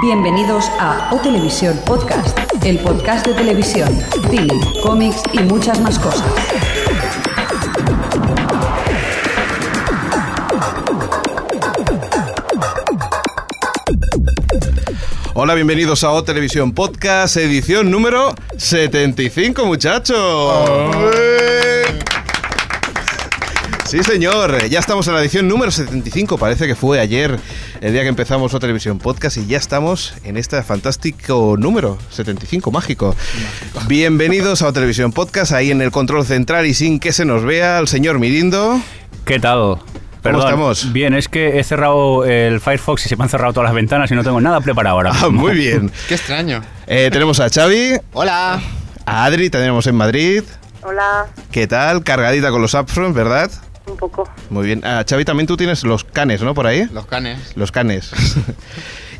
Bienvenidos a O Televisión Podcast, el podcast de televisión, cine, cómics y muchas más cosas. Hola, bienvenidos a O Televisión Podcast, edición número 75, muchachos. ¡Eh! Sí, señor, ya estamos en la edición número 75, parece que fue ayer el día que empezamos O Televisión Podcast y ya estamos en este fantástico número 75, mágico. Bienvenidos a O Televisión Podcast, ahí en el control central y sin que se nos vea, al señor Mirindo. ¿Qué tal? Perdón. estamos? Bien, es que he cerrado el Firefox y se me han cerrado todas las ventanas y no tengo nada preparado ahora. Ah, mismo. muy bien. Qué extraño. Eh, tenemos a Xavi, Hola. a Adri, tenemos en Madrid. Hola, ¿Qué tal? Cargadita con los upfronts, ¿verdad? un poco. Muy bien. Ah, Xavi, también tú tienes los canes, ¿no? Por ahí. Los canes. Los canes.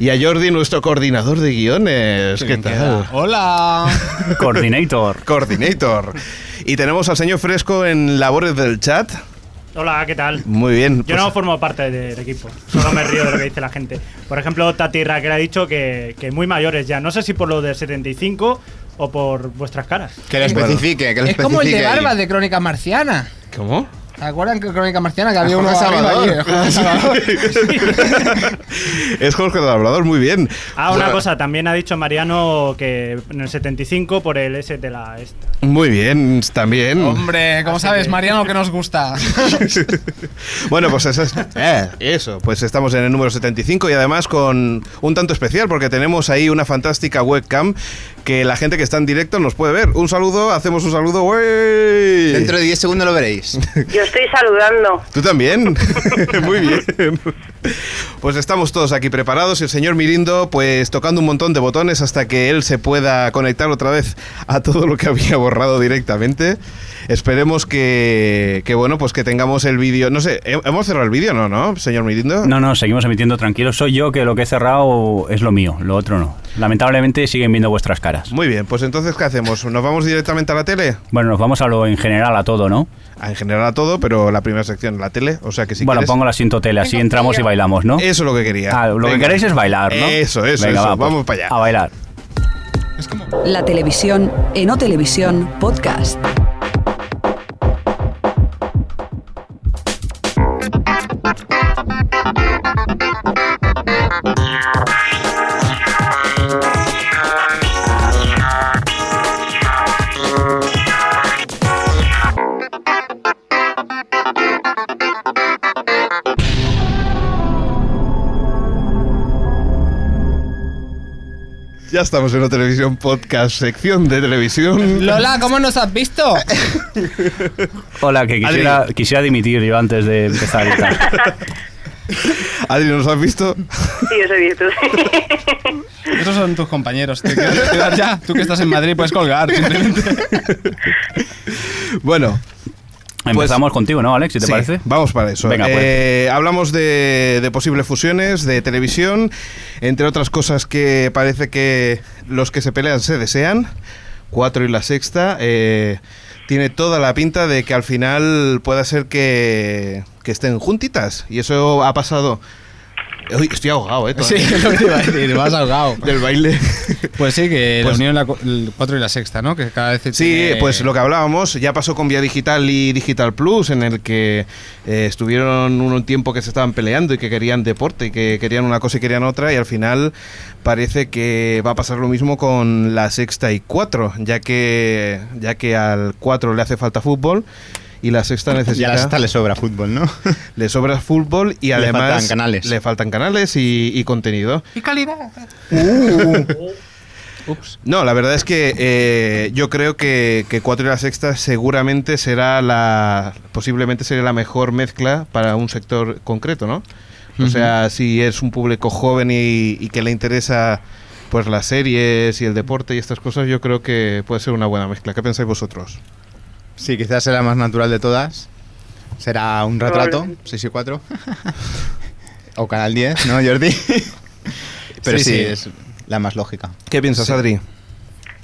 y a Jordi, nuestro coordinador de guiones. ¿Qué, tal? Hola. Coordinator. Coordinator. Y tenemos al señor Fresco en labores del chat. Hola, ¿qué tal? Muy bien. Yo pues- no formo parte del equipo, solo me río de lo que dice la gente. Por ejemplo, Tati Raquel ha dicho que, que muy mayores ya. No sé si por lo del 75 o por vuestras caras. Que lo especifique, que lo Es especifique. como el de Barba de Crónica Marciana. ¿Cómo? ¿Se acuerdan que Crónica Marciana que había uno arriba allí? Salvador. es Jorge del Labrador, muy bien. Ah, una Bueno, cosa, también ha dicho Mariano que en el 75 por el S de la E. esta. Muy bien, también. Hombre, como sabes, Mariano, que nos gusta. Bueno, pues eso, es- eh, eso, pues estamos en el número 75 y además con un tanto especial porque tenemos ahí una fantástica webcam que la gente que está en directo nos puede ver. Un saludo, hacemos un saludo, güey. Dentro de 10 segundos lo veréis. Yo estoy saludando. ¿Tú también? Muy bien. Pues estamos todos aquí preparados y el señor Mirindo pues tocando un montón de botones hasta que él se pueda conectar otra vez a todo lo que había borrado directamente. Esperemos que, que bueno, pues que tengamos el vídeo. No sé, ¿he- ¿hemos cerrado el vídeo no, no, señor Mirindo? No, no, seguimos emitiendo tranquilos. Soy yo que lo que he cerrado es lo mío, lo otro no. Lamentablemente siguen viendo vuestras caras. Muy bien, pues entonces, ¿qué hacemos? ¿Nos vamos directamente a la tele? Bueno, nos vamos a lo en general, a todo, ¿no? Ah, En general a todo, pero la primera sección, la tele. O sea que si bueno, quieres- pongo el asiento tele, así Venga, entramos y tío. bailamos, ¿no? Eso es lo que quería. Ah, lo que Venga. queréis es bailar, ¿no? Eso, eso, Venga, eso. va, pues, vamos para allá. A bailar. La televisión en O Televisión Podcast. Ya estamos en una televisión podcast, sección de televisión. Lola, ¿cómo nos has visto? Hola, que quisiera, quisiera dimitir yo antes de empezar y tal. Adri, ¿nos has visto? Sí, yo soy virtud. Esos son tus compañeros. ¿Te quieres quedar ya? Tú que estás en Madrid puedes colgar. simplemente. Bueno, Empezamos contigo, ¿no, Alex? Si te Pues sí, parece. vamos para eso. Venga, pues. Eh, hablamos de, de posibles fusiones, de televisión, entre otras cosas que parece que los que se pelean se desean. Cuatro y la sexta. eh, tiene toda la pinta de que al final pueda ser que, que estén juntitas. Y eso ha pasado. Uy, estoy ahogado, ¿eh? Sí, todavía. es lo que te iba a decir. Vas ahogado. Del baile. Pues sí, que Pues- la unión la 4 y la sexta, ¿no? Que cada vez Sí, tiene- pues lo que hablábamos, ya pasó con Vía Digital y Digital Plus, en el que eh, estuvieron un tiempo que se estaban peleando y que querían deporte y que querían una cosa y querían otra, y al final parece que va a pasar lo mismo con la sexta y cuatro, ya que, ya que al cuatro le hace falta fútbol y la sexta Y a necesita las hasta le sobra fútbol, ¿no? le sobra fútbol y además faltan canales. le faltan canales y, y contenido. Uh. Y calidad. No, la verdad es que eh, yo creo que, que 4 y la sexta seguramente será la. posiblemente sería la mejor mezcla para un sector concreto, ¿no? O sea, si es un público joven y, y que le interesa pues las series y el deporte y estas cosas, yo creo que puede ser una buena mezcla. ¿Qué pensáis vosotros? Sí, quizás será la más natural de todas. Será un retrato, Probablemente. 6 y 4. o Canal 10, ¿no, Jordi? Pero sí, Sí, sí. es la más lógica. ¿Qué piensas, Adri?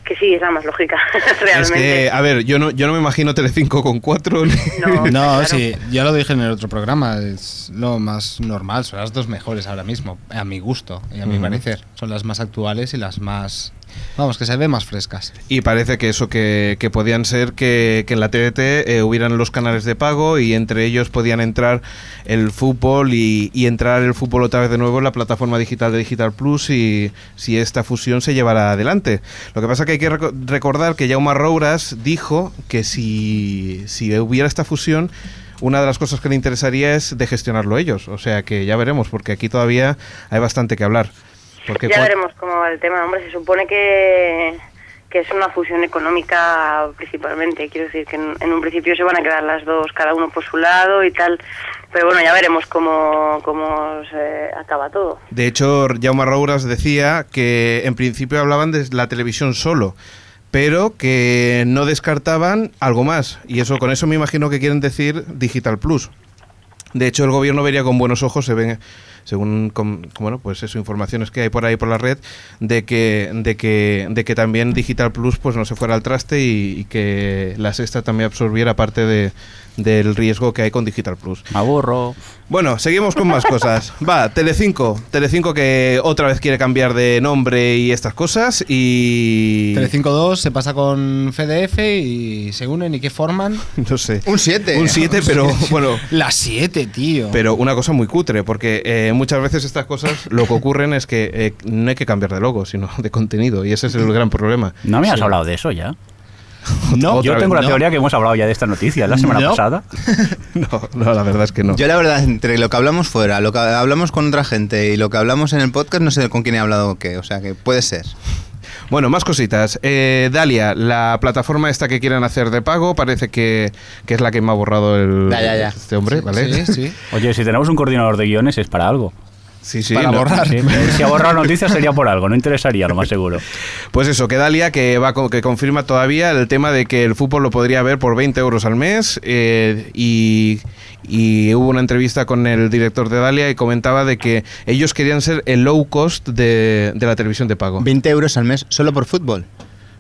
que sí, es la más lógica, Es realmente. que, a ver, yo no, yo no me imagino Telecinco con cuatro. ni- No, No, claro. sí, ya lo dije en el otro programa, es lo más normal, son las dos mejores ahora mismo, a mi gusto y a mi parecer. Son las más actuales y las más, vamos, que se ven más frescas. Y parece que eso, que, que podían ser que, que en la TDT eh, hubieran los canales de pago y entre ellos podían entrar el fútbol y, y entrar el fútbol otra vez de nuevo en la plataforma digital de Digital Plus y si esta fusión se llevara adelante. Lo que pasa que hay que reco- recordar que Jaume Rouras dijo que si, si hubiera esta fusión una de las cosas que le interesaría es de gestionarlo ellos. O sea que ya veremos, porque aquí todavía hay bastante que hablar. Porque Ya cua- veremos cómo va el tema. Hombre, se supone que, que es una fusión económica principalmente. Quiero decir que en, en un principio se van a quedar las dos, cada uno por su lado y tal. Pero bueno, ya veremos cómo, cómo se acaba todo. De hecho, Jaume Rouras decía que en principio hablaban de la televisión solo, pero que no descartaban algo más. Y eso, con eso me imagino que quieren decir Digital Plus. De hecho, el gobierno vería con buenos ojos, se ven, según com- bueno, pues eso, informaciones que hay por ahí por la red, de que, de que, de que también Digital Plus pues no se fuera al traste y, y que la sexta también absorbiera parte de- del riesgo que hay con Digital Plus. Me aburro. Bueno, seguimos con más cosas. Va, Telecinco. Telecinco que otra vez quiere cambiar de nombre y estas cosas y... 352 se pasa con FDF y se unen y qué forman. No sé. Un 7. Un 7, pero bueno... Las 7, tío. Pero una cosa muy cutre, porque eh, muchas veces estas cosas lo que ocurren es que eh, no hay que cambiar de logo, sino de contenido, y ese es el gran problema. No me has hablado de eso ya. No, Yo otra tengo vez, la no. teoría que hemos hablado ya de esta noticia la semana No. pasada. No, no, la verdad es que no. Yo la verdad, entre lo que hablamos fuera, lo que hablamos con otra gente y lo que hablamos en el podcast, no sé con quién he hablado o qué. O sea, que puede ser. Bueno, más cositas. Eh, Dalia, la plataforma esta que quieren hacer de pago, parece que, que es la que me ha borrado el, Ya, ya, ya. este hombre, ¿vale? Sí, sí. Oye, si tenemos un coordinador de guiones es para algo. Sí, sí, Para no. borrar. Sí, eh, si ha borrado noticias sería por algo, no interesaría, lo más seguro. Pues eso, que Dalia que va co- que confirma todavía el tema de que el fútbol lo podría ver por 20 euros al mes eh, y, y hubo una entrevista con el director de Dalia y comentaba de que ellos querían ser el low cost de, de la televisión de pago, 20 euros al mes solo por fútbol.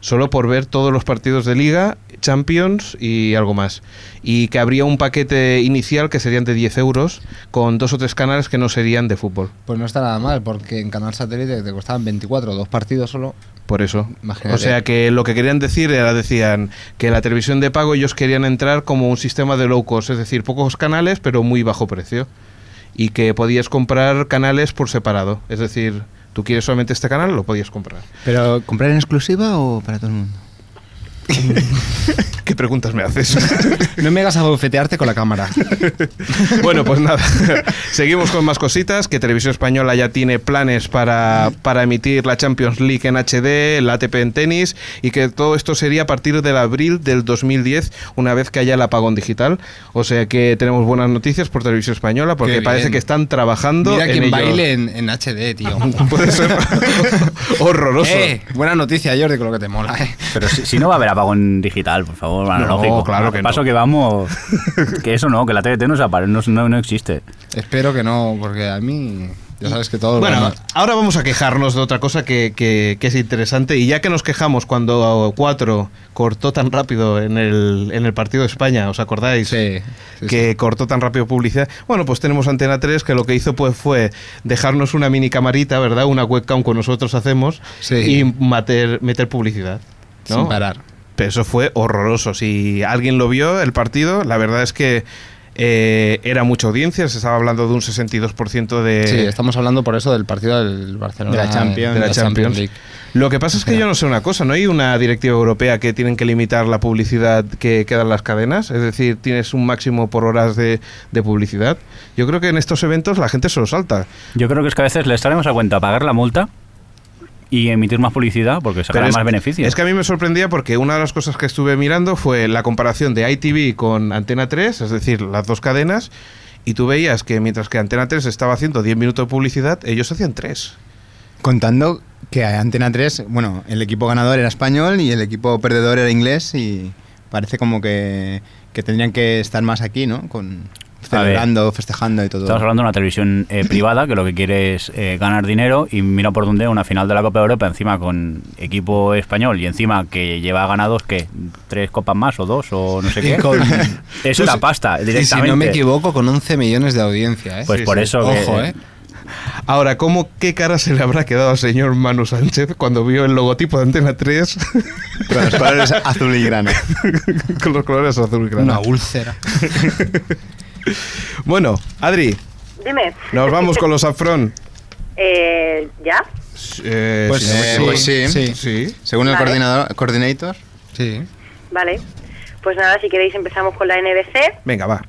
solo por ver todos los partidos de liga, Champions y algo más. Y que habría un paquete inicial que serían de 10 euros con dos o tres canales que no serían de fútbol. Pues no está nada mal, porque en Canal Satélite te costaban 24, dos partidos solo. Por eso. Imagínate. O sea que lo que querían decir era, decían que la televisión de pago ellos querían entrar como un sistema de low cost, es decir, pocos canales pero muy bajo precio. Y que podías comprar canales por separado. Es decir, tú quieres solamente este canal, lo podías comprar. ¿Pero comprar en exclusiva o para todo el mundo? ¿Qué preguntas me haces? No me hagas a bofetearte con la cámara. bueno, pues nada. Seguimos con más cositas, que Televisión Española ya tiene planes para, para emitir la Champions League en HD, la ATP en tenis, y que todo esto sería a partir del abril del 2010, una vez que haya el apagón digital. O sea que tenemos buenas noticias por Televisión Española, porque Qué parece bien. que están trabajando Mira en quien ello. baile en, en HD, tío. Puede ser horroroso. Eh, buena noticia, Jordi, con lo que te mola, eh. Pero si, si no va a haber apagón digital, por favor, analógico. claro Al que no. paso que vamos. Que eso no, que la TDT no se apare- no, no- no existe. Espero que no, porque a mí. Ya sabes que todo. lo Bueno, demás- ahora vamos a quejarnos de otra cosa que, que- que es interesante. Y ya que nos quejamos cuando 4 cortó tan rápido en el, en el partido de España, ¿os acordáis? Sí, sí, que cortó tan rápido publicidad. Bueno, pues tenemos Antena 3 que lo que hizo pues fue dejarnos una mini camarita, ¿verdad? Una webcam que nosotros hacemos Sí. y mater- meter publicidad. ¿no? Sin parar. Pero eso fue horroroso. Si alguien lo vio, el partido, la verdad es que eh, era mucha audiencia. Se estaba hablando de un 62% de, sí, estamos hablando por eso del partido del Barcelona. De la Champions. de la la Champions. League. Lo que pasa es que yo no sé una cosa, ¿no hay una directiva europea que tienen que limitar la publicidad que, que dan las cadenas? Es decir, tienes un máximo por horas de, de publicidad. Yo creo que en estos eventos la gente se lo salta. Yo creo que es que a veces les traemos a cuenta pagar la multa y emitir más publicidad porque sacará es, más beneficios. es que a mí me sorprendía porque una de las cosas que estuve mirando fue la comparación de ITV con Antena 3, es decir, las dos cadenas, y tú veías que mientras que Antena 3 estaba haciendo 10 minutos de publicidad, ellos hacían 3. Contando que Antena 3, bueno, el equipo ganador era español y el equipo perdedor era inglés y parece como que, que tendrían que estar más aquí, ¿no? Con, celebrando, festejando y todo. Estamos hablando de una televisión eh, privada que lo que quiere es eh, ganar dinero y mira por dónde una final de la Copa de Europa encima con equipo español y encima que lleva ganados que tres copas más o dos o no sé qué. es una pasta directamente. Pues, Y si no me equivoco, con 11 millones de audiencia, ¿eh? Pues por eso que- Ojo, ¿eh? Ahora, ¿cómo qué cara se le habrá quedado al señor Manu Sánchez cuando vio el logotipo de Antena 3 Con los colores azul y grana. con los colores azul grana? Una úlcera. Bueno, Adri, Dime. nos vamos con los Afrón. Eh, ¿Ya? Eh, Pues si no me eh, equivoco. pues sí. sí. Sí. Según el Vale. coordinador, coordinator, Sí. Vale. Pues nada, si queréis empezamos con la NBC. Venga, va.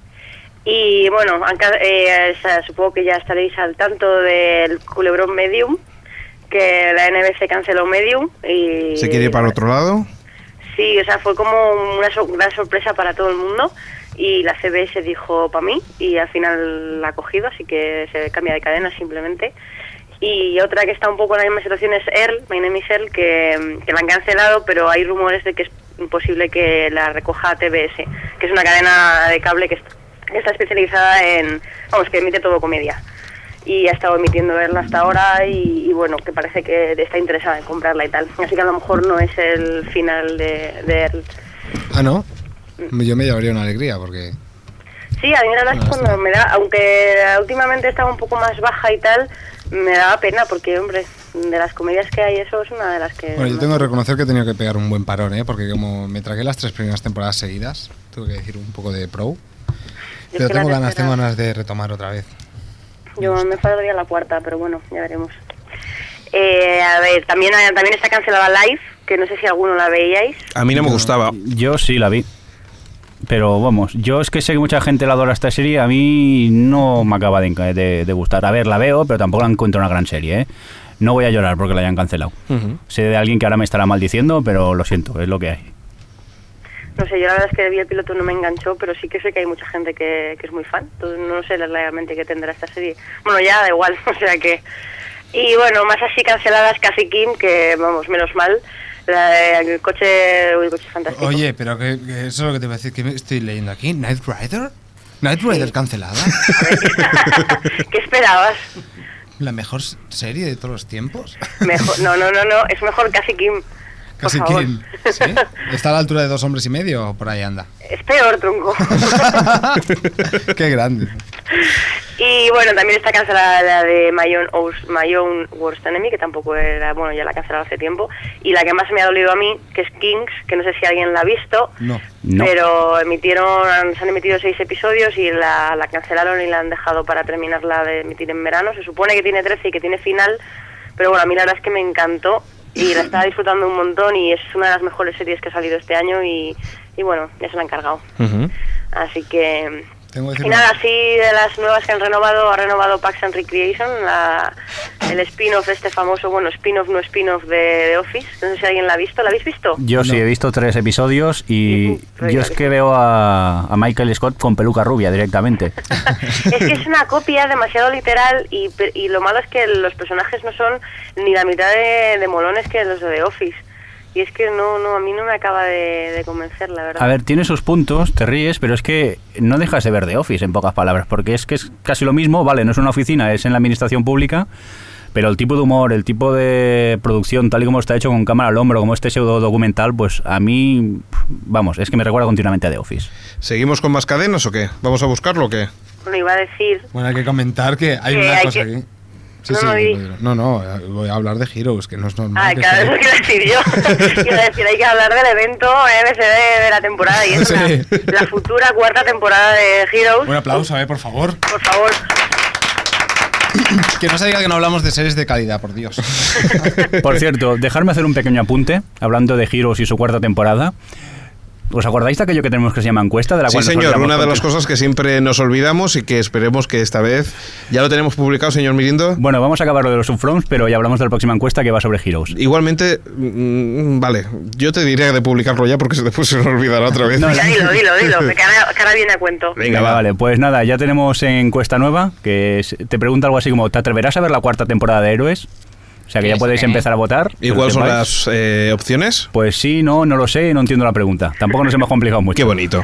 Y bueno, anca- eh, o sea, supongo que ya estaréis al tanto del culebrón Medium, que la NBC canceló Medium. Y ¿Se quiere ir para otro lado? Sí, o sea, fue como una so- gran sorpresa para todo el mundo y la CBS dijo para mí y al final la ha cogido, así que se cambia de cadena simplemente. Y otra que está un poco en la misma situación es Earl, My Name is Earl, que, que la han cancelado, pero hay rumores de que es imposible que la recoja TBS, que es una cadena de cable que est- que está especializada en, vamos, que emite todo comedia y ha estado emitiendo verla hasta ahora y, y bueno, que parece que está interesada en comprarla y tal. Así que a lo mejor no es el final de, de Earl. Ah, no. Yo me llevaría una alegría porque. Sí, a mí la Ah, verdad es que cuando me da, aunque últimamente estaba un poco más baja y tal, me daba pena porque, hombre, de las comedias que hay eso es una de las que... Bueno, yo tengo que reconocer que he tenido que pegar un buen parón, ¿eh? Porque como me tragué las tres primeras temporadas seguidas, tuve que decir un poco de pro. Yo es Pero que la tengo ganas, tercera- tengo ganas de retomar otra vez. Yo me faltaría la cuarta, pero bueno, ya veremos. Eh, a ver, también, también está cancelada Live, que no sé si alguno la veíais. A mí no me gustaba. Yo sí la vi. Pero vamos, yo es que sé que mucha gente la adora esta serie, a mí no me acaba de, enca- de- de gustar. A ver, la veo, pero tampoco la encuentro una gran serie, ¿eh? No voy a llorar porque la hayan cancelado. Sé de alguien que ahora me estará maldiciendo, pero lo siento, es lo que hay. No sé, yo la verdad es que vi el piloto no me enganchó, pero sí que sé que hay mucha gente que, que es muy fan. Entonces no sé realmente qué tendrá esta serie. Bueno, ya da igual, o sea que... Y bueno, más así canceladas Casi Kim, que vamos, menos mal. La de- el coche, uy, el coche fantástico. Oye, pero que, que eso es lo que te voy a decir que me estoy leyendo aquí. ¿Night Rider? ¿Night Rider cancelada? ¿Qué esperabas? ¿La mejor s- serie de todos los tiempos? Mejor, no, no, no, no, es mejor Casi Kim. por Casi favor. que. ¿Sí? ¿Está a la altura de dos hombres y medio o por ahí anda? Es peor, tronco. Qué grande. Y bueno, también está cancelada la de My Own, Os- My Own Worst Enemy, que tampoco era, bueno, ya la cancelaron hace tiempo. Y la que más me ha dolido a mí, que es Kings, que no sé si alguien la ha visto. No. No. Pero emitieron, han- se han emitido seis episodios y la, la cancelaron y la han dejado para terminarla de emitir en verano. Se supone que tiene 13 y que tiene final, pero bueno, a mí la verdad es que me encantó y la estaba disfrutando un montón y es una de las mejores series que ha salido este año y, y bueno, ya se la han cargado. Así que Tengo que y decir nada, sí, de las nuevas que han renovado, ha renovado Pax and Recreation, la- el spin-off este famoso, bueno, spin-off, no spin-off de, de Office. No sé si alguien la ha visto, ¿la habéis visto? Yo sí he visto tres episodios y Ujú, yo es que veo a, a Michael Scott con peluca rubia directamente. es que es una copia demasiado literal y, pe- y lo malo es que los personajes no son ni la mitad de, de molones que los de The Office. Y es que no, no, a mí no me acaba de, de convencer, la verdad. A ver, tiene sus puntos, te ríes, pero es que no dejas de ver The Office, en pocas palabras, porque es que es casi lo mismo, vale, no es una oficina, es en la administración pública, pero el tipo de humor, el tipo de producción, tal y como está hecho con cámara al hombro, como este pseudo documental, pues a mí, vamos, es que me recuerda continuamente a The Office. ¿Seguimos con más cadenas o qué? ¿Vamos a buscarlo o qué? Bueno, iba a decir, Bueno, hay que comentar que hay Que una hay cosa que- aquí. Sí, No, sí, no, di. lo- no, no, voy a hablar de Heroes, que no es normal. Ah, que esté- claro, eso quiero decir yo. quiero decir, hay que hablar del evento MSD de la temporada y es la- Sí. la, futura cuarta temporada de Heroes. Un aplauso, eh, por favor. Por favor. Que no se diga que no hablamos de series de calidad, por Dios. Por cierto, dejarme hacer un pequeño apunte, hablando de Heroes y su cuarta temporada. ¿Os acordáis de aquello que tenemos que se llama encuesta? De la Sí, cual nos señor, olvidamos una de porque- las cosas que siempre nos olvidamos y que esperemos que esta vez ya lo tenemos publicado, señor Mirindo. Bueno, vamos a acabar lo de los subfronts, pero ya hablamos de la próxima encuesta que va sobre Heroes. Igualmente, mm, vale, yo te diría de publicarlo ya porque después se nos olvidará otra vez. Mira, dilo, dilo, dilo. Que cara, cara viene a cuento. Venga, Venga, va. vale, pues nada, ya tenemos encuesta nueva que es- te pregunta algo así como, ¿te atreverás a ver la cuarta temporada de Héroes? O sea que ya Eso podéis que- empezar a votar. que ¿Y lo cuáles son sepáis. las eh, opciones? Pues sí, no, no lo sé, no entiendo la pregunta. Tampoco nos hemos complicado mucho. Qué bonito.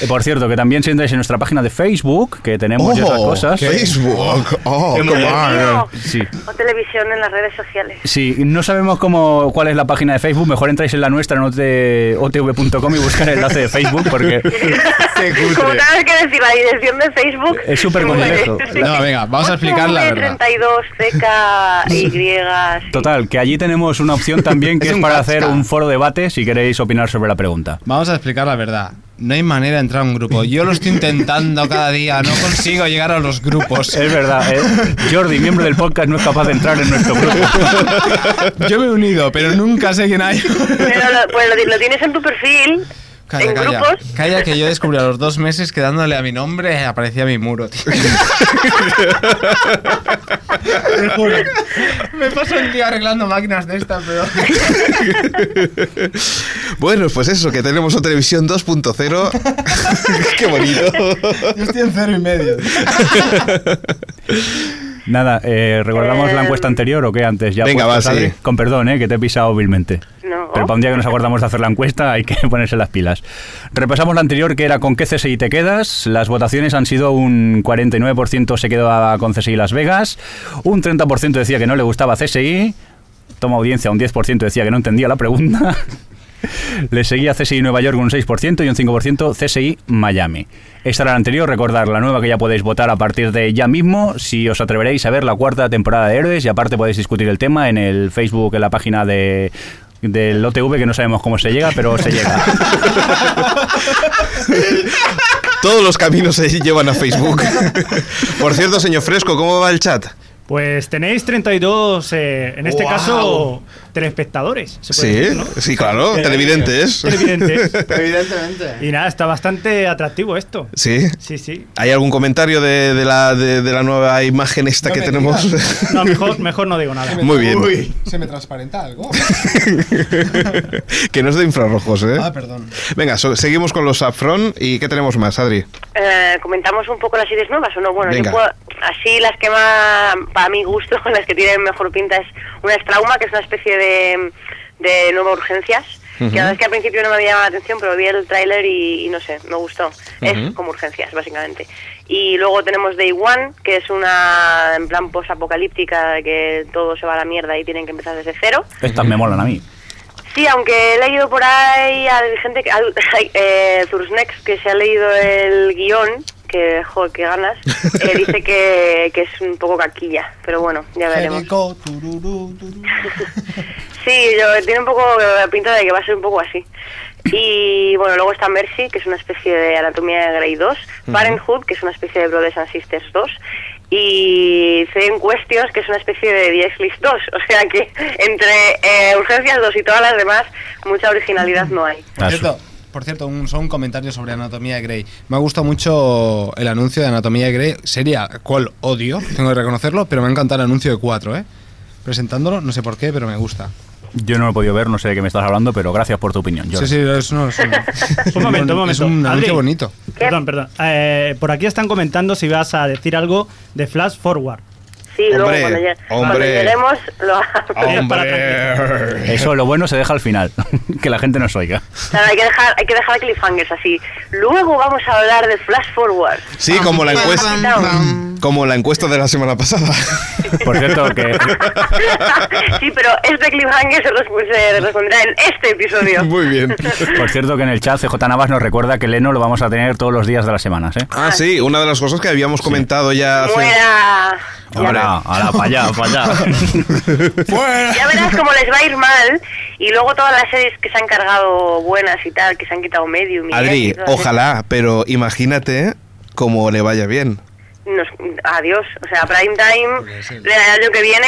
Eh, Por cierto, que también si entráis en nuestra página de Facebook, que tenemos ya esas cosas. Facebook. Oh, Qué come on. moderno. Sí. O televisión en las redes sociales. Sí, no sabemos cómo, cuál es la página de Facebook. Mejor entráis en la nuestra, en OT otv.com y buscar el enlace de Facebook, porque Como cada vez que decir la dirección de Facebook. Es súper complejo. No, venga, vamos a explicar la verdad. 32 CKY. Total, que allí tenemos una opción también que Es es, un para gacha. hacer un foro debate si queréis opinar sobre la pregunta. Vamos a explicar la verdad. No hay manera de entrar a un grupo. Yo lo estoy intentando cada día. No consigo llegar a los grupos. Es verdad, ¿eh? Jordi, miembro del podcast, no es capaz de entrar en nuestro grupo. Yo me he unido, pero nunca sé quién hay. Pero lo, pues lo, lo tienes en tu perfil. en calla. grupos. Calla, que yo descubrí a los dos meses que dándole a mi nombre aparecía mi muro, tío. Te juro. Me paso el día arreglando máquinas de estas, pero. Bueno, pues eso, que tenemos o televisión 2.0. Qué bonito. Yo estoy en cero y medio. Nada, eh, ¿recordamos la Eh, encuesta anterior o qué antes? ya venga, puestos, va, sí. Adri? Con perdón, eh, que te he pisado vilmente. No. Pero para un día que nos acordamos de hacer la encuesta hay que ponerse las pilas. Repasamos la anterior que era con qué CSI te quedas. Las votaciones han sido un 49% se quedaba con CSI Las Vegas, un 30% decía que no le gustaba CSI, toma audiencia, un 10% decía que no entendía la pregunta. Le seguía CSI Nueva York un 6% y un 5% CSI Miami. Esta era la anterior, recordar la nueva que ya podéis votar a partir de ya mismo si os atreveréis a ver la cuarta temporada de Héroes y aparte podéis discutir el tema en el Facebook, en la página de del OTV que no sabemos cómo se llega, pero se llega. Todos los caminos se llevan a Facebook. Por cierto, señor Fresco, ¿cómo va el chat? Pues tenéis 32, eh, en este Wow. caso, telespectadores. se puede Sí, decir, ¿no? Eh, sí, claro, televidentes. Televidentes. Evidentemente. Y nada, está bastante atractivo esto. Sí. Sí, sí. ¿Hay algún comentario de, de la, de, de la nueva imagen esta No que me tenemos? No, mejor, mejor no digo nada. Muy bien. ¿Se me transparenta algo? que no es de infrarrojos, ¿eh? Ah, perdón. Venga, so- seguimos con los Saffron. ¿Y qué tenemos más, Adri? Eh, comentamos un poco las series nuevas o no bueno Venga. yo puedo- así las que más para mi gusto las que tienen mejor pinta es una es trauma que es una especie de, de nueva urgencias que la verdad es que al principio no me había llamado la atención pero vi el tráiler y, y no sé me gustó es como urgencias básicamente y luego tenemos Day One que es una en plan posapocalíptica que todo se va a la mierda y tienen que empezar desde cero Estas me molan a mí. Sí, aunque he leído por ahí a gente que, al- eh, Zursnex, que se ha leído el guión, que, jo, que ganas, eh, dice que, que es un poco caquilla, pero bueno, ya veremos. Jericho, tururú, tururú. Sí, yo- tiene un poco eh, pinta de que va a ser un poco así. Y bueno, luego está Mercy, que es una especie de Anatomía de Grey 2, Parenthood, que es una especie de Brothers and Sisters 2, y Zen Questions, que es una especie de Diez List 2. O sea que entre eh, Urgencias 2 y todas las demás, mucha originalidad no hay. Por cierto, por cierto, un, solo un comentario sobre Anatomía de Grey. Me ha gustado mucho el anuncio de Anatomía de Grey. Sería cual odio, tengo que reconocerlo, pero me ha encantado el anuncio de 4, ¿eh? Presentándolo, no sé por qué, pero me gusta. Yo no lo he podido ver, no sé de qué me estás hablando, pero gracias por tu opinión. Jordi. Sí, sí, es, no, es un, Un momento, un es momento. un Adri. anuncio bonito. Perdón, perdón. Eh, por aquí están comentando si vas a decir algo de Flash Forward. Sí, Hombre, luego cuando, llegue- cuando hombre. lleguemos lo Eso lo bueno se deja al final, que la gente nos oiga. Claro, hay que dejar, hay que dejar cliffhangers así. Luego vamos a hablar de Flash Forward. Sí, como la encuesta. Ah, Mm. pam, Como la encuesta de la semana pasada. Por cierto, que sí, pero este cliffhanger se, resp- se responderá en este episodio. Muy bien. Por cierto, que en el chat CJ Navas nos recuerda que Leno lo vamos a tener todos los días de las semanas, ¿eh? Ah, sí, una de las cosas que habíamos comentado ya hace. Muera. Ya, Ahora, ahora, para allá, para allá. ¡Fuera! ya verás cómo les va a ir mal. Y luego todas las series que se han cargado buenas y tal, que se han quitado Medium. y X y Adri, todas ojalá, pero imagínate cómo le vaya bien. esas. Nos- adiós. O sea, Prime Time, del año que viene,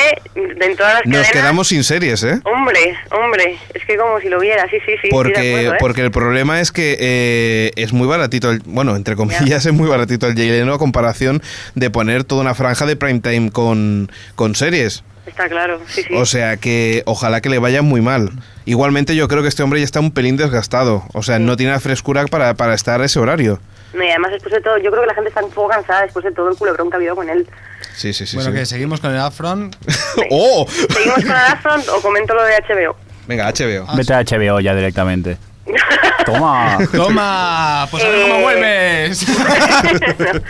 de en todas las Nos cadenas, quedamos sin series, ¿eh? Hombre, hombre. Es que como si lo viera, sí, sí, sí. estoy de Porque, acuerdo, ¿eh? porque el problema es que eh, es muy baratito, el- bueno, entre comillas, es muy baratito el Jaileno a comparación de poner toda una franja de prime time con, con series. Está claro, sí, sí. O sea que ojalá que le vaya muy mal. Igualmente yo creo que este hombre ya está un pelín desgastado. O sea, no tiene la frescura para, para estar a ese horario. No, y además después de todo, yo creo que la gente está un poco cansada después de todo el culebrón que ha habido con él. Sí, sí, sí. bueno, sí. que seguimos con el upfront. ¡Oh! ¿Seguimos con Amazon o comento lo de HBO? Venga, HBO. Ah. Vete a HBO ya directamente. Toma. ¡Toma! Pues a ver cómo Eh. vuelves. No.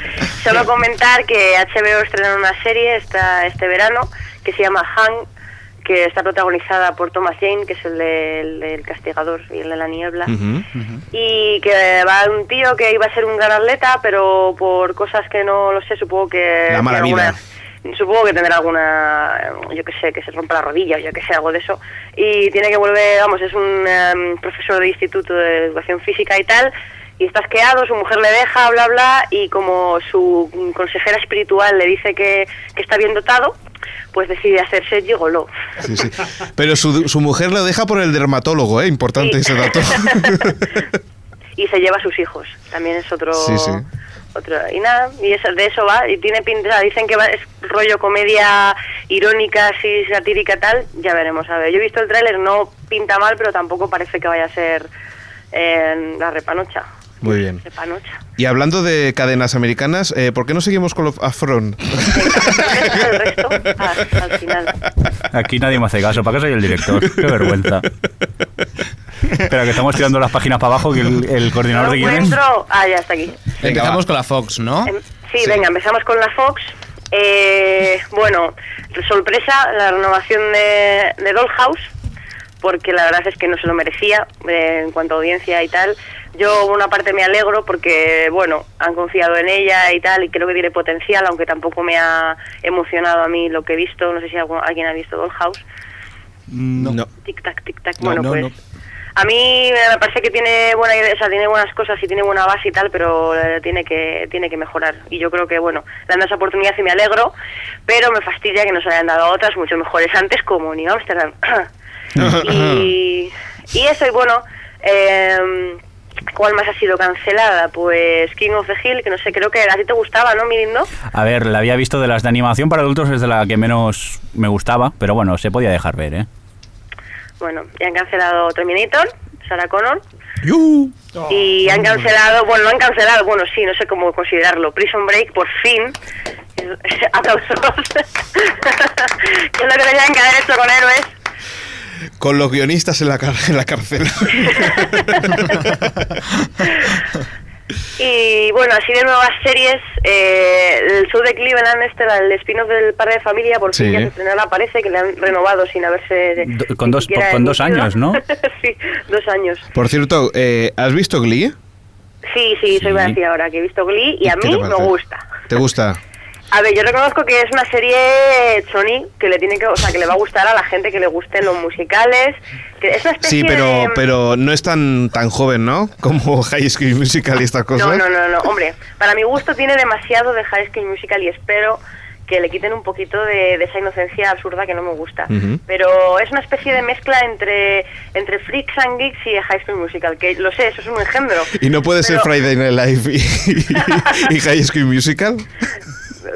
Solo comentar que HBO estrenó una serie esta, este verano que se llama Hang, que está protagonizada por Thomas Jane, que es el del del castigador y el de la niebla. Ujú. Y que va un tío que iba a ser un gran atleta, pero por cosas que no lo sé, supongo que... La mala tiene alguna- Supongo que tendrá alguna, eh, yo que sé, que se rompa la rodilla o yo que sé, algo de eso. Y tiene que volver, vamos, es un em, profesor de instituto de educación física y tal, y está asqueado, su mujer le deja, bla, bla, y como su consejera espiritual le dice que, que está bien dotado, pues decide hacerse gigoló. Sí, sí. Pero su, su mujer lo deja por el dermatólogo, ¿eh? Importante Sí. ese dato. y se lleva a sus hijos. También es otro. Sí, sí. Otro, y nada, y eso, de eso va. Y tiene pinta, dicen que va, es rollo comedia irónica, así satírica, tal. Ya veremos, a ver. Yo he visto el tráiler, no pinta mal, pero tampoco parece que vaya a ser eh, la repanocha. Muy bien. Repanocha. Y hablando de cadenas americanas, eh, ¿por qué no seguimos con los Afron? El resto, al- al final. Aquí nadie me hace caso. ¿Para qué soy el director? Qué vergüenza. Espera, que estamos tirando las páginas para abajo que el, el No coordinador lo de guiones. encuentro. Ah, ya está aquí. Venga, Empezamos va. con la Fox, ¿no? Em, Sí, venga, empezamos con la Fox. Eh, bueno, sorpresa, la renovación de, de Dollhouse, porque la verdad es que no se lo merecía eh, en cuanto a audiencia y tal. Yo, por una parte, me alegro porque, bueno, han confiado en ella y tal, y creo que tiene potencial, aunque tampoco me ha emocionado a mí lo que he visto. No sé si algu- alguien ha visto Dollhouse. No. Tic tac, tic tac. No, bueno, no, pues. no. A mí me parece que tiene buena idea, o sea, tiene buenas cosas y tiene buena base y tal, pero eh, tiene que tiene que mejorar. Y yo creo que, bueno, le han dado esa oportunidad y me alegro, pero me fastidia que nos hayan dado otras mucho mejores antes, como New Amsterdam. y, y eso, y bueno, eh, ¿cuál más ha sido cancelada? Pues King of the Hill, que no sé, creo que a ti te gustaba, ¿no, Mirindo? A ver, la había visto de las de animación para adultos, es de la que menos me gustaba, pero bueno, se podía dejar ver, ¿eh? Bueno, ya han cancelado Terminator, Sarah Connor. Y han cancelado, bueno, no han cancelado, bueno, sí, no sé cómo considerarlo. Prison Break, por fin. Aplausos. que es lo que tenían que haber hecho con héroes. Con los guionistas en la, car- en la cárcel. Y bueno, así de nuevas series, eh, el show de Cleveland, este, la- el spin-off del padre de familia, por fin Sí. ya se estrenará, parece que le han renovado sin haberse. Do- ni con dos- siquiera con dos emitido. años, ¿no? sí, dos años. Por cierto, eh, ¿has visto Glee? Sí, Sí. sí, soy a decir ahora que he visto Glee y a ¿Qué mí te me parece? gusta. ¿Te gusta? A ver, yo reconozco que es una serie Sony que le tiene que, o sea, que le va a gustar a la gente que le gusten los musicales, que es una especie Sí, pero, de- pero no es tan, tan joven, ¿no? Como High School Musical y estas cosas. No, no, no, no, hombre, para mi gusto tiene demasiado de High School Musical y espero que le quiten un poquito de, de esa inocencia absurda que no me gusta. Ujú. Pero es una especie de mezcla entre entre Freaks and Geeks y High School Musical, que lo sé, eso es un engendro. Y no puede ser Pero- Friday Night Live y, y- y High School Musical.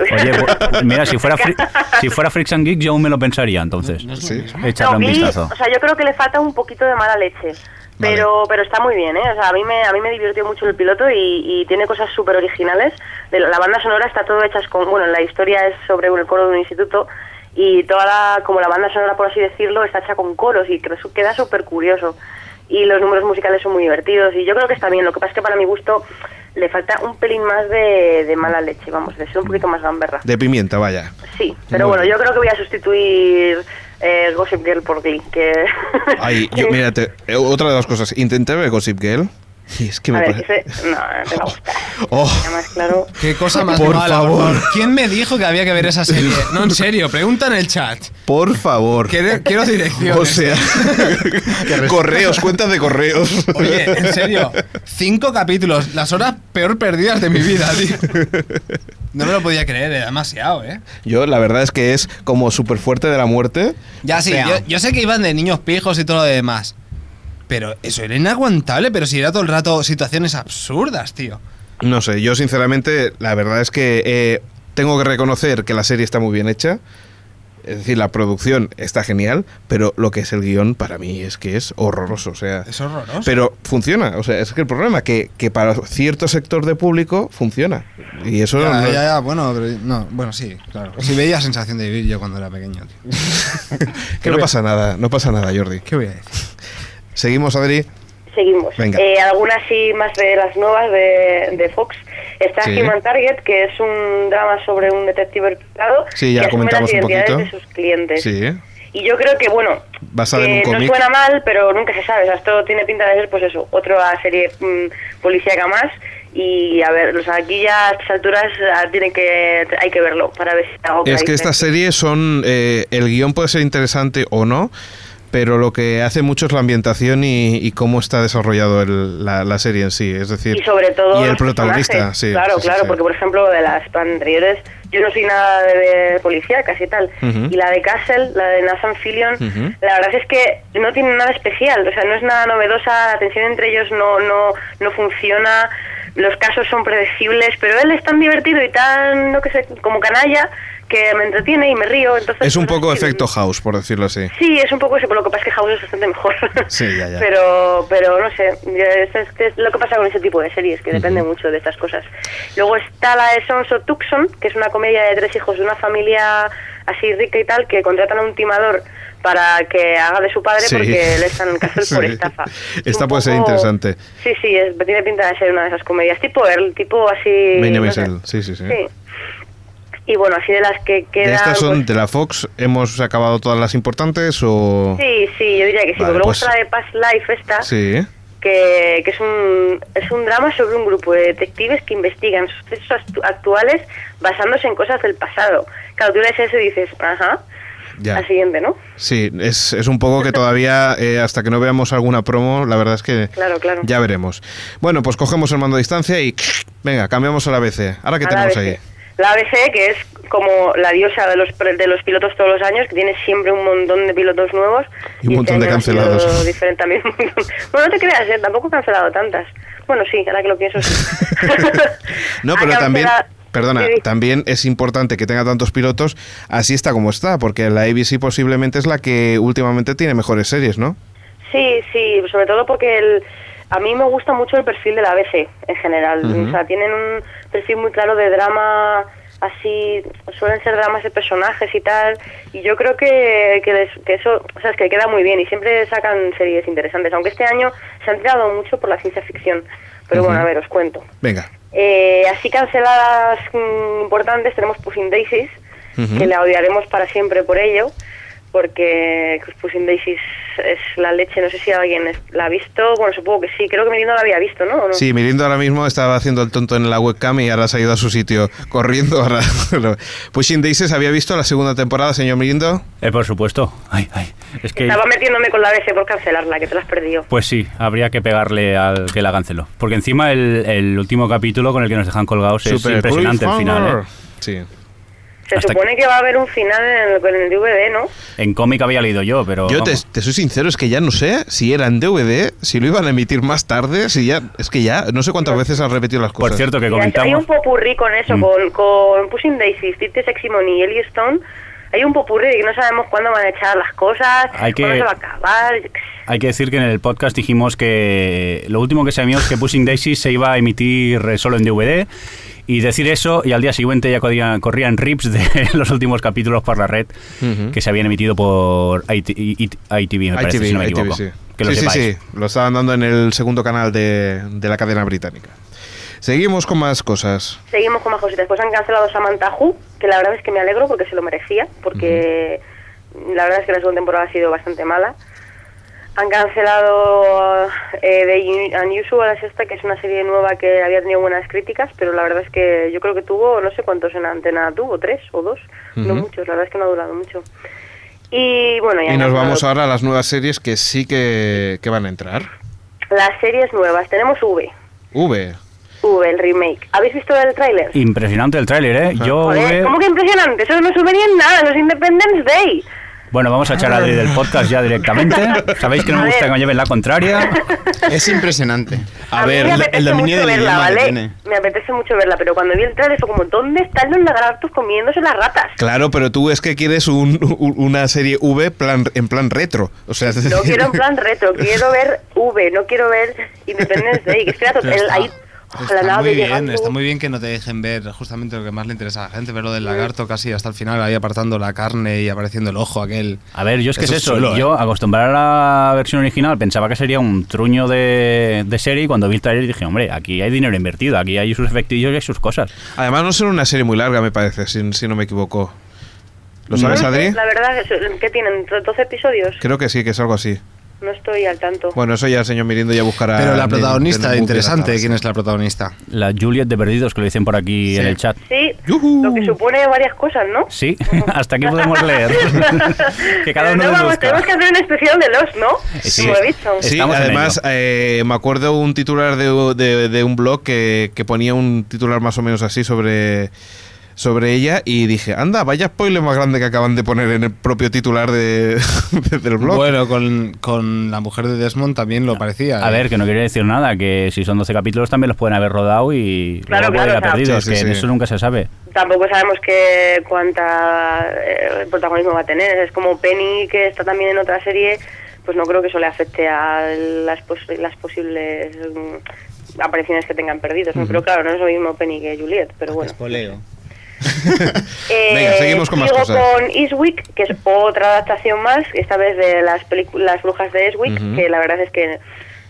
Oye, bu- mira, si fuera, Fri- si fuera Freaks and Geeks, yo aún me lo pensaría, entonces. Sí. Echarle No, un Glee, vistazo. O sea, yo creo que le falta un poquito de mala leche. Pero, pero está muy bien, ¿eh? O sea, a mí me, a mí me divirtió mucho el piloto y, y tiene cosas súper originales. De La la banda sonora está todo hechas con... Bueno, la historia es sobre el coro de un instituto y toda la... Como la banda sonora, por así decirlo, está hecha con coros y creo- queda súper curioso. Y los números musicales son muy divertidos y yo creo que está bien. Lo que pasa es que para mi gusto le falta un pelín más de, de mala leche, vamos, de ser un poquito más gamberra. De pimienta, vaya. Sí, pero Muy bueno, bien. yo creo que voy a sustituir eh, Gossip Girl por Glee, que... Ay, yo, mira, te- eh, otra de las cosas. Intenté ver Gossip Girl. Y es que A me ver, parece. ese- no, no te va a gustar. Oh. Además, claro... Qué cosa más Por mala, favor. favor. ¿Quién me dijo que había que ver esa serie? No, en serio, pregunta en el chat. Por favor. Quiero, quiero direcciones. O sea, correos, cuentas de correos. Oye, en serio, cinco capítulos, las horas peor perdidas de mi vida, tío. No me lo podía creer, era demasiado, ¿eh? Yo, la verdad es que es como súper fuerte de la muerte. Ya sí, Fea. yo, yo sé que iban de niños pijos y todo lo demás. Pero eso era inaguantable, pero si era todo el rato situaciones absurdas, tío. No sé, yo sinceramente, la verdad es que eh, tengo que reconocer que la serie está muy bien hecha. Es decir, la producción está genial, pero lo que es el guión para mí es que es horroroso. O sea, Es horroroso. pero funciona, o sea, es que el problema que, que para cierto sector de público funciona. Y eso Ya, no- ya, ya, bueno, pero no, bueno, sí, claro. Sí veía sensación de vivir yo cuando era pequeño, tío. que no pasa nada, no pasa nada, Jordi. ¿Qué voy a decir? Seguimos, Adri. Seguimos. Venga. Eh, algunas sí más de las nuevas de, de Fox. Está Sí. Human Target, que es un drama sobre un detective privado Sí, ya que asume comentamos las un identidades poquito. de sus clientes. Sí. ¿eh? Y yo creo que, bueno, Basada en que un no cómic. suena mal, pero nunca se sabe. O sea, esto tiene pinta de ser, pues eso, otra serie mm, policíaca más. Y a ver, o sea, aquí ya a estas alturas ah, tiene que, hay que verlo para ver si hay algo Es que ahí. estas series son. eh, el guión puede ser interesante o no, pero lo que hace mucho es la ambientación y, y cómo está desarrollado el- la, la serie en sí. Es decir, y sobre todo y el los protagonista, personajes. sí. claro sí, sí, claro sí. porque por ejemplo de las anteriores yo no soy nada de ver policía casi tal Ujú. y la de Castle la de Nathan Fillion Ujú. la verdad es que no tiene nada especial o sea no es nada novedosa la tensión entre ellos no no no funciona los casos son predecibles pero él es tan divertido y tan no que sé como canalla que me entretiene y me río entonces Es un pues, poco sí, efecto house, por decirlo así. Sí, es un poco eso, pero lo que pasa es que House es bastante mejor. Sí, ya, ya. Pero, pero no sé, ya es, es- es lo que pasa con ese tipo de series, que depende mucho de estas cosas. Luego está la de Sons of Tucson, que es una comedia de tres hijos de una familia así rica y tal, que contratan a un timador para que haga de su padre Sí. porque le están en cárcel por Sí. estafa. Es Esta un puede ser poco- interesante. Sí, sí, es- tiene pinta de ser una de esas comedias, tipo Earl, tipo así... Benjamin no sé. Sell, sí, sí, sí. Sí. Y bueno, así de las que De quedan... estas son pues, de la Fox. ¿Hemos acabado todas las importantes o.? Sí, sí, yo diría que sí. Vale, porque luego pues- está la de Past Life esta, Sí. ¿eh? que, que es, un, es un drama sobre un grupo de detectives que investigan sucesos actu- actuales basándose en cosas del pasado. Claro, tú lees eso y dices, ajá, Ya. la siguiente, ¿no? Sí, es, es un poco que todavía, eh, hasta que no veamos alguna promo, la verdad es que Claro, claro. ya veremos. Bueno, pues cogemos el mando a distancia y venga, cambiamos a la ABC. Ahora que A la tenemos ABC. ahí. La ABC, que es como la diosa de los, pre- de los pilotos todos los años, que tiene siempre un montón de pilotos nuevos. Y un montón de año ha sido cancelados. Diferente también. un montón. bueno, no te creas, ¿eh? tampoco he cancelado tantas. Bueno, sí, ahora que lo pienso, sí. No, Ha pero también, cancelado- perdona, Ah, Sí, sí. también es importante que tenga tantos pilotos, así está como está, porque la ABC posiblemente es la que últimamente tiene mejores series, ¿no? Sí, sí, sobre todo porque el, a mí me gusta mucho el perfil de la ABC en general. Ujú. O sea, tienen un perfil muy claro de drama, así, suelen ser dramas de personajes y tal. Y yo creo que, que, les- que eso, o sea, es que queda muy bien y siempre sacan series interesantes. Aunque este año se han tirado mucho por la ciencia ficción. Pero bueno, Ujú. a ver, os cuento. Venga. Eh, así canceladas mm, importantes tenemos Pushing Daisies, Ujú. que la odiaremos para siempre por ello, porque Pushing Daisies es la leche, no sé si alguien es- la ha visto, bueno, supongo que sí, creo que Mirindo la había visto, ¿no? ¿O no? Sí, Mirindo ahora mismo estaba haciendo el tonto en la webcam y ahora se ha ido a su sitio corriendo. Ahora. Pushing Daisies había visto la segunda temporada, señor Mirindo. Eh, por supuesto. Ay, ay. Es que. Estaba metiéndome con la BC por cancelarla, que te la has perdido. Pues sí, habría que pegarle al que la canceló. Porque encima el, el último capítulo con el que nos dejan colgados es impresionante el final. ¿eh? Sí. Se Hasta supone que... va a haber un final en el, en el DVD, ¿no? En cómic había leído yo, pero. Yo te, vamos. te soy sincero, es que ya no sé si era en DVD, si lo iban a emitir más tarde, si ya. Es que ya, no sé cuántas veces han repetido las cosas. Por cierto, que Mira, Hay comentamos. un popurrí con eso, Mm. con, con Pushing Daisies, Tite Seximon y Ellie Stone. Hay un popurrí de que no sabemos cuándo van a echar las cosas, Hay que- cuándo se va a acabar. yo qué sé. Hay que decir que en el podcast dijimos que lo último que sabíamos es que Pushing Daisy se iba a emitir eh, solo en DVD. Y decir eso, y al día siguiente ya corrían, corrían rips de los últimos capítulos por la red Ujú. que se habían emitido por IT ITV, me parece, ITV, si no me ITV, equivoco. sí. Que lo sí, sí, sepáis. sí, lo estaban dando en el segundo canal de, de la cadena británica. Seguimos con más cosas. Seguimos con más cositas. Después han cancelado Samantha Who, que la verdad es que me alegro porque se lo merecía, porque la verdad es que la segunda temporada ha sido bastante mala. Han cancelado eh, The Un- Unusual, es esta, que es una serie nueva que había tenido buenas críticas, pero la verdad es que yo creo que tuvo, no sé cuántos en antena tuvo, tres o dos, no Ujú. muchos, la verdad es que no ha durado mucho. Y bueno, ya Y nos vamos ahora a las nuevas series que sí que, que van a entrar. Las series nuevas, tenemos V, V. V, el remake. ¿Habéis visto el tráiler? Impresionante el tráiler, ¿eh? Yo Joder, eh, ¿cómo que impresionante? Eso no sube ni en nada, eso es Independence Day. Bueno, vamos a echar a Adri del podcast ya directamente. Sabéis que no me gusta que me lleven la contraria. Es impresionante. A, mí me apetece mucho verla, ¿vale? Me apetece mucho verla, pero cuando vi el trailer fue como, ¿dónde están los lagartos comiéndose las ratas? Claro, pero tú es que quieres un- un- una serie V plan, en plan retro. O sea, es No decir, quiero en plan retro, quiero ver V, no quiero ver Independence Day, que es que era Pero total, está- ahí, ojalá Está nada muy de bien, llegando. está muy bien que no te dejen ver justamente lo que más le interesa a la gente, ver lo del lagarto casi hasta el final, ahí apartando la carne y apareciendo el ojo aquel. A ver, yo es que Eso es es eso. chulo, ¿eh? yo, acostumbrada a la versión original, pensaba que sería un truño de, de serie. Y cuando vi el trailer dije, hombre, aquí hay dinero invertido, aquí hay sus efectillos y sus cosas. Además, no será una serie muy larga, me parece, si, si no me equivoco. ¿Lo sabes, No sé, Adri? La verdad, es- ¿qué tienen? ¿12 episodios? Creo que sí, que es algo así. No estoy al tanto. Bueno, eso ya el señor Mirindo ya buscará. Pero la en- en protagonista, Google interesante, las- ¿quién es la protagonista? La Juliet de Perdidos, que lo dicen por aquí en el chat. Sí, Yujú. lo que supone varias cosas, ¿no? Sí, hasta aquí podemos leer. que cada Pero uno no, de vamos, busca. tenemos que hacer un especial de los, ¿no? Sí. Como he dicho. Sí, Estamos en además eh, me acuerdo un titular de, de- de un blog que, que ponía un titular más o menos así sobre, sobre ella y dije, anda, vaya spoiler más grande que acaban de poner en el propio titular de, del blog. Bueno, con, con la mujer de Desmond también lo parecía. A ¿eh? ver, que no quiere decir nada, que si son 12 capítulos también los pueden haber rodado y Claro, luego puede ir a claro, claro. perdidos, Sí, que sí, en sí. eso nunca se sabe. Tampoco sabemos qué cuánta eh, protagonismo va a tener. Es como Penny, que está también en otra serie, pues no creo que eso le afecte a las, pos- las posibles mm, apariciones que tengan perdidos. ¿no? Pero claro, no es lo mismo Penny que Juliet, pero bueno. Espoleo. Venga, seguimos con más Eh, sigo cosas. con Eastwick, que es otra adaptación más, esta vez de las películas Brujas de Eastwick, Ujú. que la verdad es que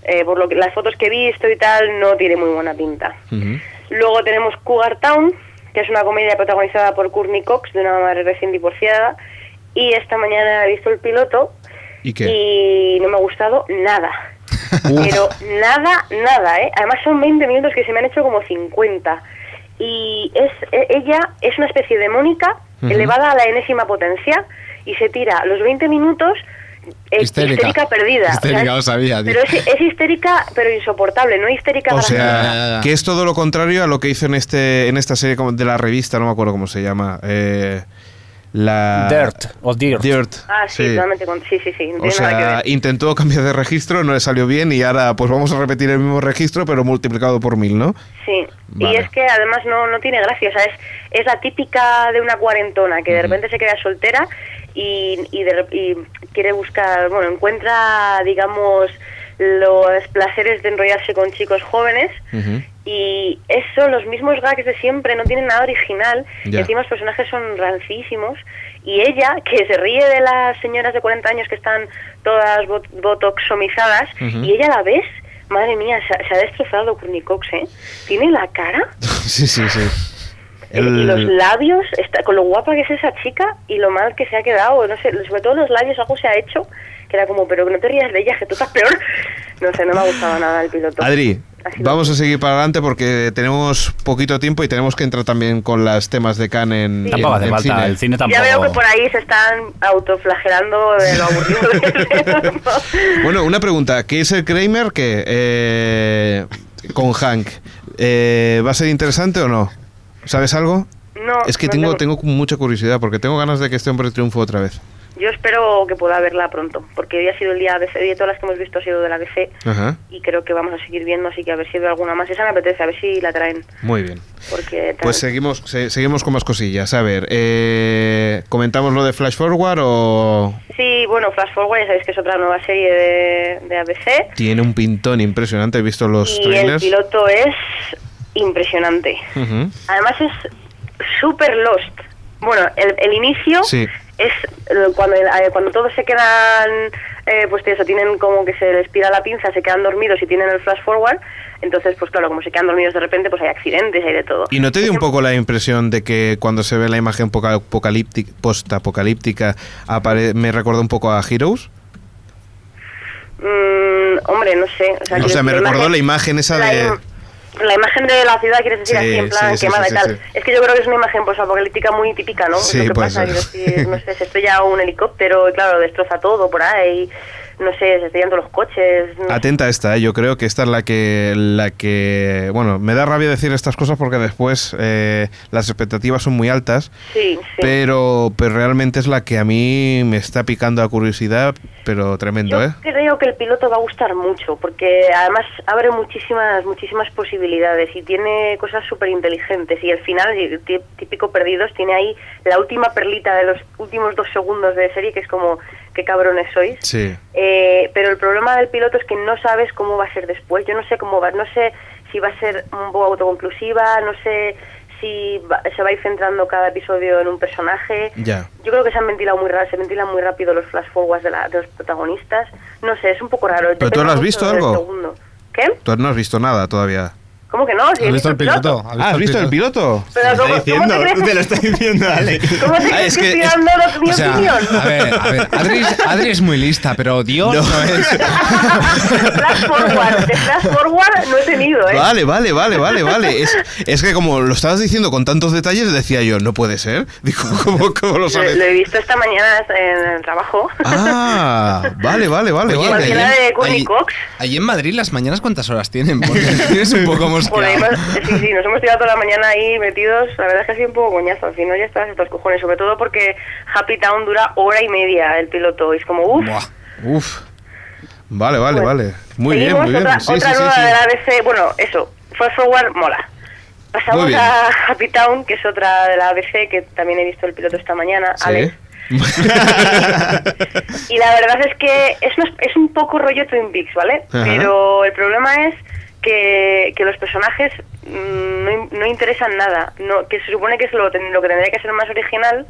eh, por lo que, las fotos que he visto y tal no tiene muy buena pinta. Ujú. Luego tenemos Cougar Town, que es una comedia protagonizada por Courtney Cox, de una madre recién divorciada. Y esta mañana he visto el piloto ¿Y qué? y no me ha gustado nada. Pero nada, nada, ¿eh? Además son 20 minutos que se me han hecho como 50. Y es e- ella es una especie de Mónica Ujú. elevada a la enésima potencia y se tira los 20 minutos eh, Histérica. histérica. perdida. Histérica, es- lo sabía, tío. Pero es, es histérica, pero insoportable, no histérica O graciosa. sea, que es todo lo contrario a lo que hizo en este en esta serie como- de la revista, no me acuerdo cómo se llama. eh, la Dirt, o Dirt. Dirt, Ah, sí, sí. totalmente. con- Sí, sí, sí. no O tiene nada que sea, ver. intentó cambiar de registro, no le salió bien y ahora pues vamos a repetir el mismo registro pero multiplicado por mil, ¿no? Sí, Vale. y es que además no, no tiene gracia, o sea, es, es la típica de una cuarentona que de repente se queda soltera y, y, de rep- y quiere buscar, bueno, encuentra, digamos, los placeres de enrollarse con chicos jóvenes y eso, los mismos gags de siempre, no tienen nada original, y Ya. encima los personajes son rancísimos, y ella, que se ríe de las señoras de 40 años que están todas bot- botoxomizadas, Ujú. y ella la ves, madre mía, se, ha- se ha destrozado Courtney Cox, ¿eh? Tiene la cara, sí, sí, sí. y El- los labios, está, con lo guapa que es esa chica, y lo mal que se ha quedado, no sé, sobre todo los labios, algo se ha hecho, que era como, pero no te rías de ella, que tú estás peor. No sé, no me ha gustado nada el piloto. Adri, Ha sido- vamos a seguir para adelante porque tenemos poquito tiempo y tenemos que entrar también con las temas de Cannes en, Tampoco en- hace en falta, cine. el cine Ya tampoco. veo que por ahí se están autoflagelando de lo aburrido que es. Bueno, una pregunta. ¿Qué es el Kramer que eh, con Hank? Eh, ¿Va a ser interesante o no? ¿Sabes algo? No, es que no tengo, tengo mucha curiosidad porque tengo ganas de que este hombre triunfe otra vez. Yo espero que pueda verla pronto, porque hoy ha sido el día de de todas las que hemos visto ha sido de la DC Ajá. y creo que vamos a seguir viendo, así que a ver si veo alguna más. Esa me apetece, a ver si la traen, Muy bien. porque Pues tal- seguimos, se- seguimos con más cosillas. A ver, eh, ¿comentamos lo de Flash Forward o...? Sí, bueno, Flash Forward ya sabéis que es otra nueva serie de, de ABC Tiene un pintón impresionante, he visto los y el trailers. piloto es impresionante. Ujú. Además es super lost. Bueno, el, el inicio Sí. es eh, cuando, el- eh, cuando todos se quedan, eh, pues eso, tienen como que se les pira la pinza, se quedan dormidos y tienen el flash forward. Entonces, pues claro, como se quedan dormidos de repente, pues hay accidentes, hay de todo. ¿Y no te dio un poco la impresión de que cuando se ve la imagen poca- apocalíptic- post-apocalíptica apare- me recuerda un poco a Heroes? Mm, hombre, no sé. O sea, O quiero sea, me decir, recordó la imagen esa la de... im- La imagen de la ciudad, quieres decir, Sí, así en plan sí, sí, quemada sí, y tal. sí, sí. Es que yo creo que es una imagen pues, apocalíptica muy típica, ¿no? Es Sí, lo que puede pasa, ser. quiero decir, no sé, se estrella un helicóptero y claro, destroza todo por ahí. no sé, se estrellando los coches. no sé. Atenta a esta, ¿eh? yo creo que esta es la que, la que... Bueno, me da rabia decir estas cosas porque después eh, las expectativas son muy altas, Sí, sí. pero, pero realmente es la que a mí me está picando la curiosidad, pero tremendo, ¿eh? Yo creo que el piloto va a gustar mucho, porque además abre muchísimas, muchísimas posibilidades y tiene cosas súper inteligentes. Y al final, y tí- típico perdidos, tiene ahí la última perlita de los últimos dos segundos de serie, que es como, qué cabrones sois. Sí. Eh, pero el problema del piloto es que no sabes cómo va a ser después. Yo no sé cómo va, no sé si va a ser un poco autoconclusiva, no sé si va- se va a ir centrando cada episodio en un personaje. Ya. Yo creo que se han ventilado muy ra- se ventilan muy rápido los flash forwards de, la- de los protagonistas. No sé, es un poco raro. ¿Pero tú Depende lo has mucho visto del algo? segundo. ¿Qué? Tú no has visto nada todavía. ¿Cómo que no? Sí, he ¿Has visto el piloto? Ah, ¿Has visto el piloto? Pero ¿cómo, cómo te crees, te lo está diciendo, Ale. cómo te Ah, crees es que, que- estoy dando la- mi O sea, opinión? a ver, a ver. Adri, es- Adri es muy lista, pero Dios no, es. De flash forward, de flash forward no he tenido, ¿eh? Vale, vale, vale, vale, vale. Es, es que como lo estabas diciendo con tantos detalles, decía yo, no puede ser. Digo, ¿cómo, cómo lo Lo, sabes? lo he visto esta mañana en el trabajo. Ah, vale, vale, vale, Oye, vale. cualquiera allí- de Courtney allí- Cox. allí en Madrid las mañanas cuántas horas tienen, porque tienes un poco Por ahí, mosqueado. pues, sí, sí, nos hemos tirado toda la mañana ahí metidos. La verdad es que ha sido un poco coñazo. Al final ya estás hasta los cojones, sobre todo porque Happy Town dura hora y media el piloto. Y es como, uff. Buah. Uf. Vale, vale, Pues, vale. Muy bien, muy bien. Otra, Sí, otra sí, sí, nueva sí. de la ABC. Bueno, eso. Fast Forward mola. Pasamos Muy bien. a Happy Town, que es otra de la ABC, que también he visto el piloto esta mañana. Sí. Alex. Y la verdad es que es, una- es un poco rollo Twin Peaks, ¿vale? Ajá. Pero el problema es que, que los personajes mm, no, in- no interesan nada. No, que se supone que es lo, ten- lo que tendría que ser más original.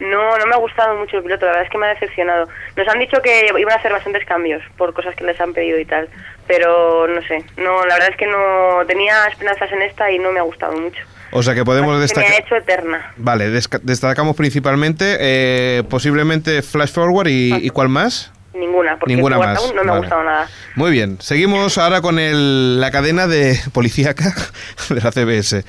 No, no me ha gustado mucho el piloto, la verdad es que me ha decepcionado. Nos han dicho que iban a hacer bastantes cambios por cosas que les han pedido y tal, pero no sé, no, la verdad es que no tenía esperanzas en esta y no me ha gustado mucho. O sea que podemos Se me ha destacar. hecho eterna. Vale, desca- destacamos principalmente, eh, posiblemente Flash Forward y, y cuál más. Ninguna, porque Ninguna Stuart más. Town no me ha Vale. gustado nada. Muy bien, seguimos ahora con el- la cadena de policíaca de la CBS,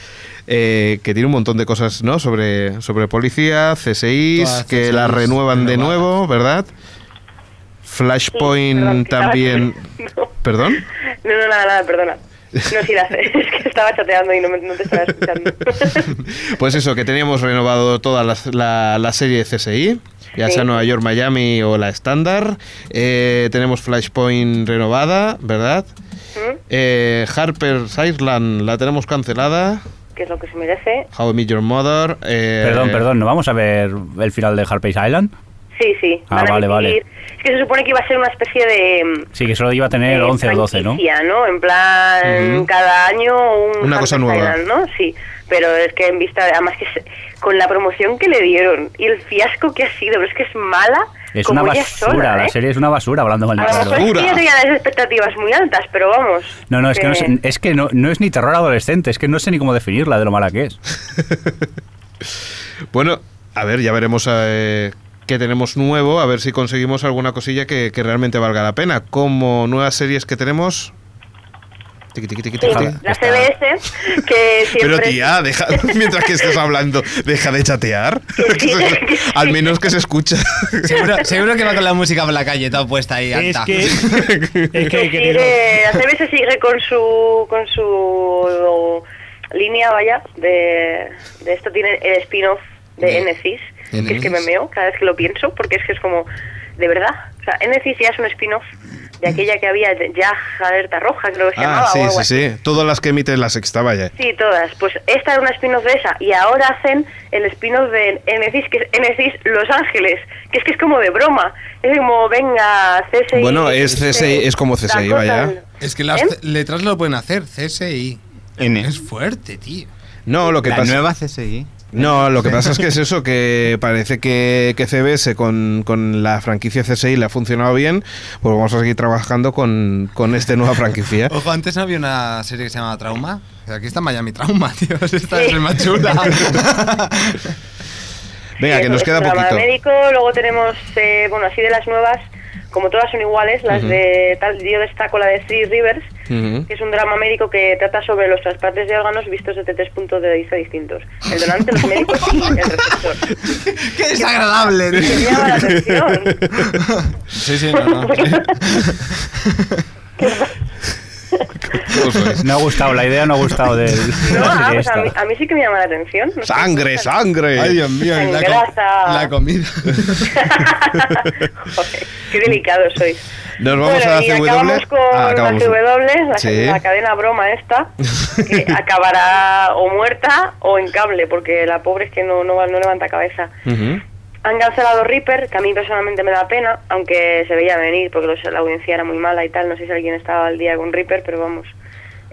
eh, que tiene un montón de cosas ¿no? sobre, sobre policía, CSIs, Todas que CSIs la renuevan de renovadas. nuevo, ¿verdad? Sí, perdón, Flashpoint sí, también... estaba- No. ¿Perdón? No, no, nada, nada, perdona. No, sí la sé. Es que estaba chateando y no, me- no te estaba escuchando. Pues eso, que teníamos renovado toda la, la- la serie de CSI, ya Sí. sea Nueva York, Miami o la estándar. Eh, tenemos Flashpoint renovada, ¿verdad? ¿Mm? Eh, Harper's Island la tenemos cancelada. Que es lo que se merece. How I Met Your Mother. eh, Perdón, perdón, ¿no vamos a ver el final de Harpage Island? Sí, sí. Ah, van a vale, vale. emitir- Es que se supone que iba a ser una especie de. mm, Sí, que solo iba a tener eh, 11 o 12, ¿no? franquicia, ¿no? En plan, Ujú. cada año un Una cosa Hunter nueva. Island, ¿no? Sí, pero es que en vista, de- además que se- con la promoción que le dieron y el fiasco que ha sido, pero es que es mala. Es como una ella basura, sola, la ¿eh? serie es una basura, hablando mal A de lo claro. mejor es que Basura. ella tenía las expectativas muy altas, pero vamos. No, no, es que, no, es, eh, es que no, no es ni terror adolescente, es que no sé ni cómo definirla de lo mala que es. Bueno, a ver, ya veremos eh, qué tenemos nuevo, a ver si conseguimos alguna cosilla que, que realmente valga la pena. Como nuevas series que tenemos. Tiqui, tiqui, tiqui, Sí, tiqui, tiqui. la CBS, que siempre... Pero tía, deja, mientras que estés hablando, deja de chatear. Que sí, que sí. Al menos que se escucha. Seguro, seguro que va con la música por la calle, toda puesta ahí, Es alta. que, es que, que que digo, sigue, la CBS sigue con su con su línea, vaya, de, de esto tiene el spin-off de De- NCIS, de que es que me NCIS. meo cada vez que lo pienso, porque es que es como, de verdad, o sea, NCIS ya es un spin-off de aquella que había de- ya alerta roja, creo que se Ah, llamaba. sí, o algo sí, así. sí. Todas las que emiten la sexta, vaya. Sí, todas. Pues esta era una spin-off de esa y ahora hacen el spin-off de NCIS, que es NCIS Los Ángeles, que es que es como de broma. Es como, venga, CSI. Bueno, es CSI, es como CSI, este, la cosa- vaya. Es que las ¿Eh? c- letras lo pueden hacer, CSI. N. Es fuerte, tío. No, lo que la pasa. nueva CSI. No, lo que pasa es que es eso, que parece que, que CBS con, con la franquicia CSI le ha funcionado bien, pues vamos a seguir trabajando con, con esta nueva franquicia. Ojo, antes no había una serie que se llamaba Trauma. Aquí está Miami Trauma, tío. Esta es Sí. la más chula. Venga, Sí, que eso, nos es queda un programa poquito. médico, luego tenemos, eh, bueno, así de las nuevas, como todas son iguales, las de tal, yo destaco la de Three Rivers, Ujú. que es un drama médico que trata sobre los trasplantes de órganos vistos desde tres puntos de vista distintos. El donante, los médicos y el receptor. ¡Qué desagradable! Que me llama la atención. Sí, sí, no, no. ¿Cómo sois? Me ha gustado, la idea no ha gustado de, de No, la ah, serie pues a, esta. mí, a mí sí que me llama la atención. No sé, ¡Sangre, me gusta. sangre! Ay, Dios mío, y la, co- Engrasa. la comida. Joder, qué delicados sois. Nos vamos bueno, a y CW. acabamos con Ah, acabamos. la CW, la, Sí. la cadena broma esta, que acabará o muerta o en cable, porque la pobre es que no, no, no levanta cabeza. Ujú. Han cancelado Reaper, que a mí personalmente me da pena, aunque se veía venir porque los- la audiencia era muy mala y tal. No sé si alguien estaba al día con Reaper, pero vamos,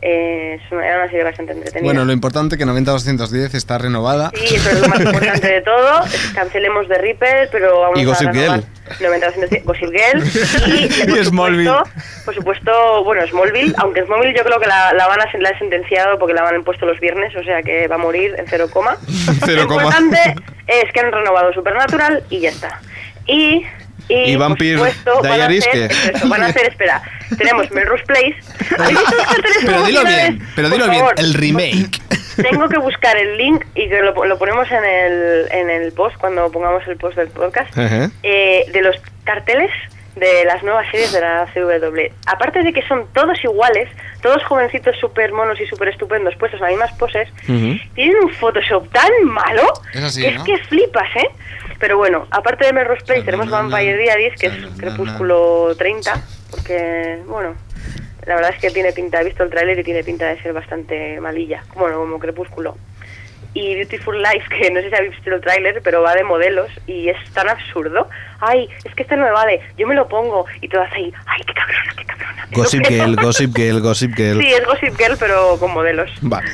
eh, es una- era una serie bastante entretenida. Bueno, lo importante es que 90210 está renovada. Sí, eso es lo más importante de todo. Cancelemos de Reaper, pero vamos Y Gossip a renovar 90% Gossip Girl. Y, Y Smallville. Supuesto, por supuesto, bueno, Smallville, aunque Smallville yo creo que la, la van a sen- la han sentenciado porque la van puesto los viernes, o sea que va a morir en cero coma. Cero lo coma. importante es que han renovado Supernatural y ya está. Y... Y, ¿Y por Vampire supuesto, van a Diaries hacer- qué? eso, eso, van a hacer, espera, tenemos Melrose Place. ¿Habéis visto los carteles Pero dilo promocionales? bien, pero Por dilo bien, favor. el remake. Tengo que buscar el link y que lo, lo ponemos en el, en el post, cuando pongamos el post del podcast, Ajá. eh, de los carteles de las nuevas series de la CW. Aparte de que son todos iguales, todos jovencitos súper monos y súper estupendos, puestos en las mismas poses, Ujú. tienen un Photoshop tan malo Eso sí, que es ¿no? que flipas, ¿eh? Pero bueno, aparte de Melrose Place, tenemos Vampire Diaries, que es Crepúsculo 30, porque, bueno, la verdad es que tiene pinta, he visto el tráiler y tiene pinta de ser bastante malilla, bueno, como Crepúsculo. Y Beautiful Life, que no sé si habéis visto el tráiler, pero va de modelos y es tan absurdo. Ay, es que esta no me vale, yo me lo pongo y todas ahí, ay, qué cabrona, qué cabrona. Gossip Girl, Gossip Girl, Gossip Girl. Sí, es Gossip Girl, pero con modelos. Vale.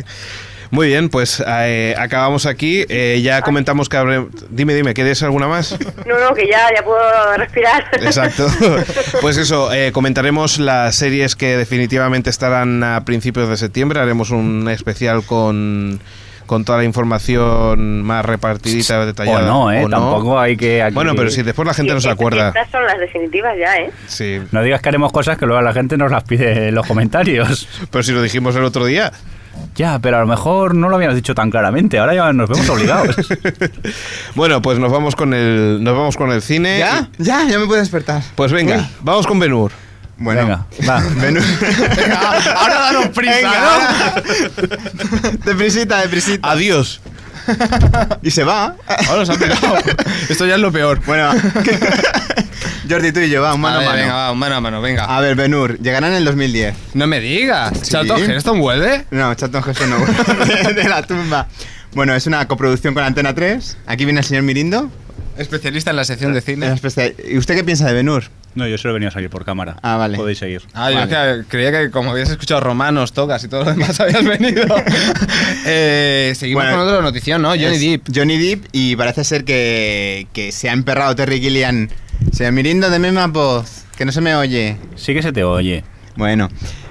Muy bien, pues eh, acabamos aquí. Eh, ya Ah. comentamos que habré... Dime, dime, ¿quieres alguna más? No, no, que ya, ya puedo respirar. Exacto. Pues eso, eh, comentaremos las series que definitivamente estarán a principios de septiembre. Haremos un especial con, con toda la información más repartidita, O detallada. no, ¿eh? Tampoco hay que... aquí- Bueno, pero si después la gente no se Estas- acuerda. Estas son las definitivas ya, ¿eh? Sí. No digas que haremos cosas que luego la gente nos las pide en los comentarios. Pero si lo dijimos el otro día. Ya, pero a lo mejor no lo habíamos dicho tan claramente. Ahora ya nos vemos obligados. Bueno, pues nos vamos con el, nos vamos con el cine. ¿Ya? Ya, ya me puedo despertar. Pues venga, Uy. vamos con Benur. Bueno. Venga, va. Venga, ahora danos prisa, ¿no? Deprisita, deprisita. Adiós. Y se va. Ahora se ha pegado. Esto ya es lo peor. Bueno, Jordi, tú y yo, va, a mano a ver, mano. venga, va, mano a mano, venga. A ver, Benur, llegarán en el 2010. No me digas. Sí. Charlton Heston vuelve. No, Charlton Heston no. de, de la tumba. Bueno, es una coproducción con Antena 3. Aquí viene el señor Mirindo. Especialista en la sección de Es cine. especial- ¿Y usted qué piensa de Benur? No, yo solo venía a salir por cámara. Ah, vale. Podéis seguir. Ah, yo Vale. es que creía que como habías escuchado romanos, tocas y todo lo demás habías venido. Eh, seguimos Bueno, con otra notición, ¿no? Johnny Es Depp. Johnny Depp y parece ser que, que se ha emperrado Terry Gillian. Se Mirindo de misma voz, que no se me oye. Sí que se te oye. Bueno,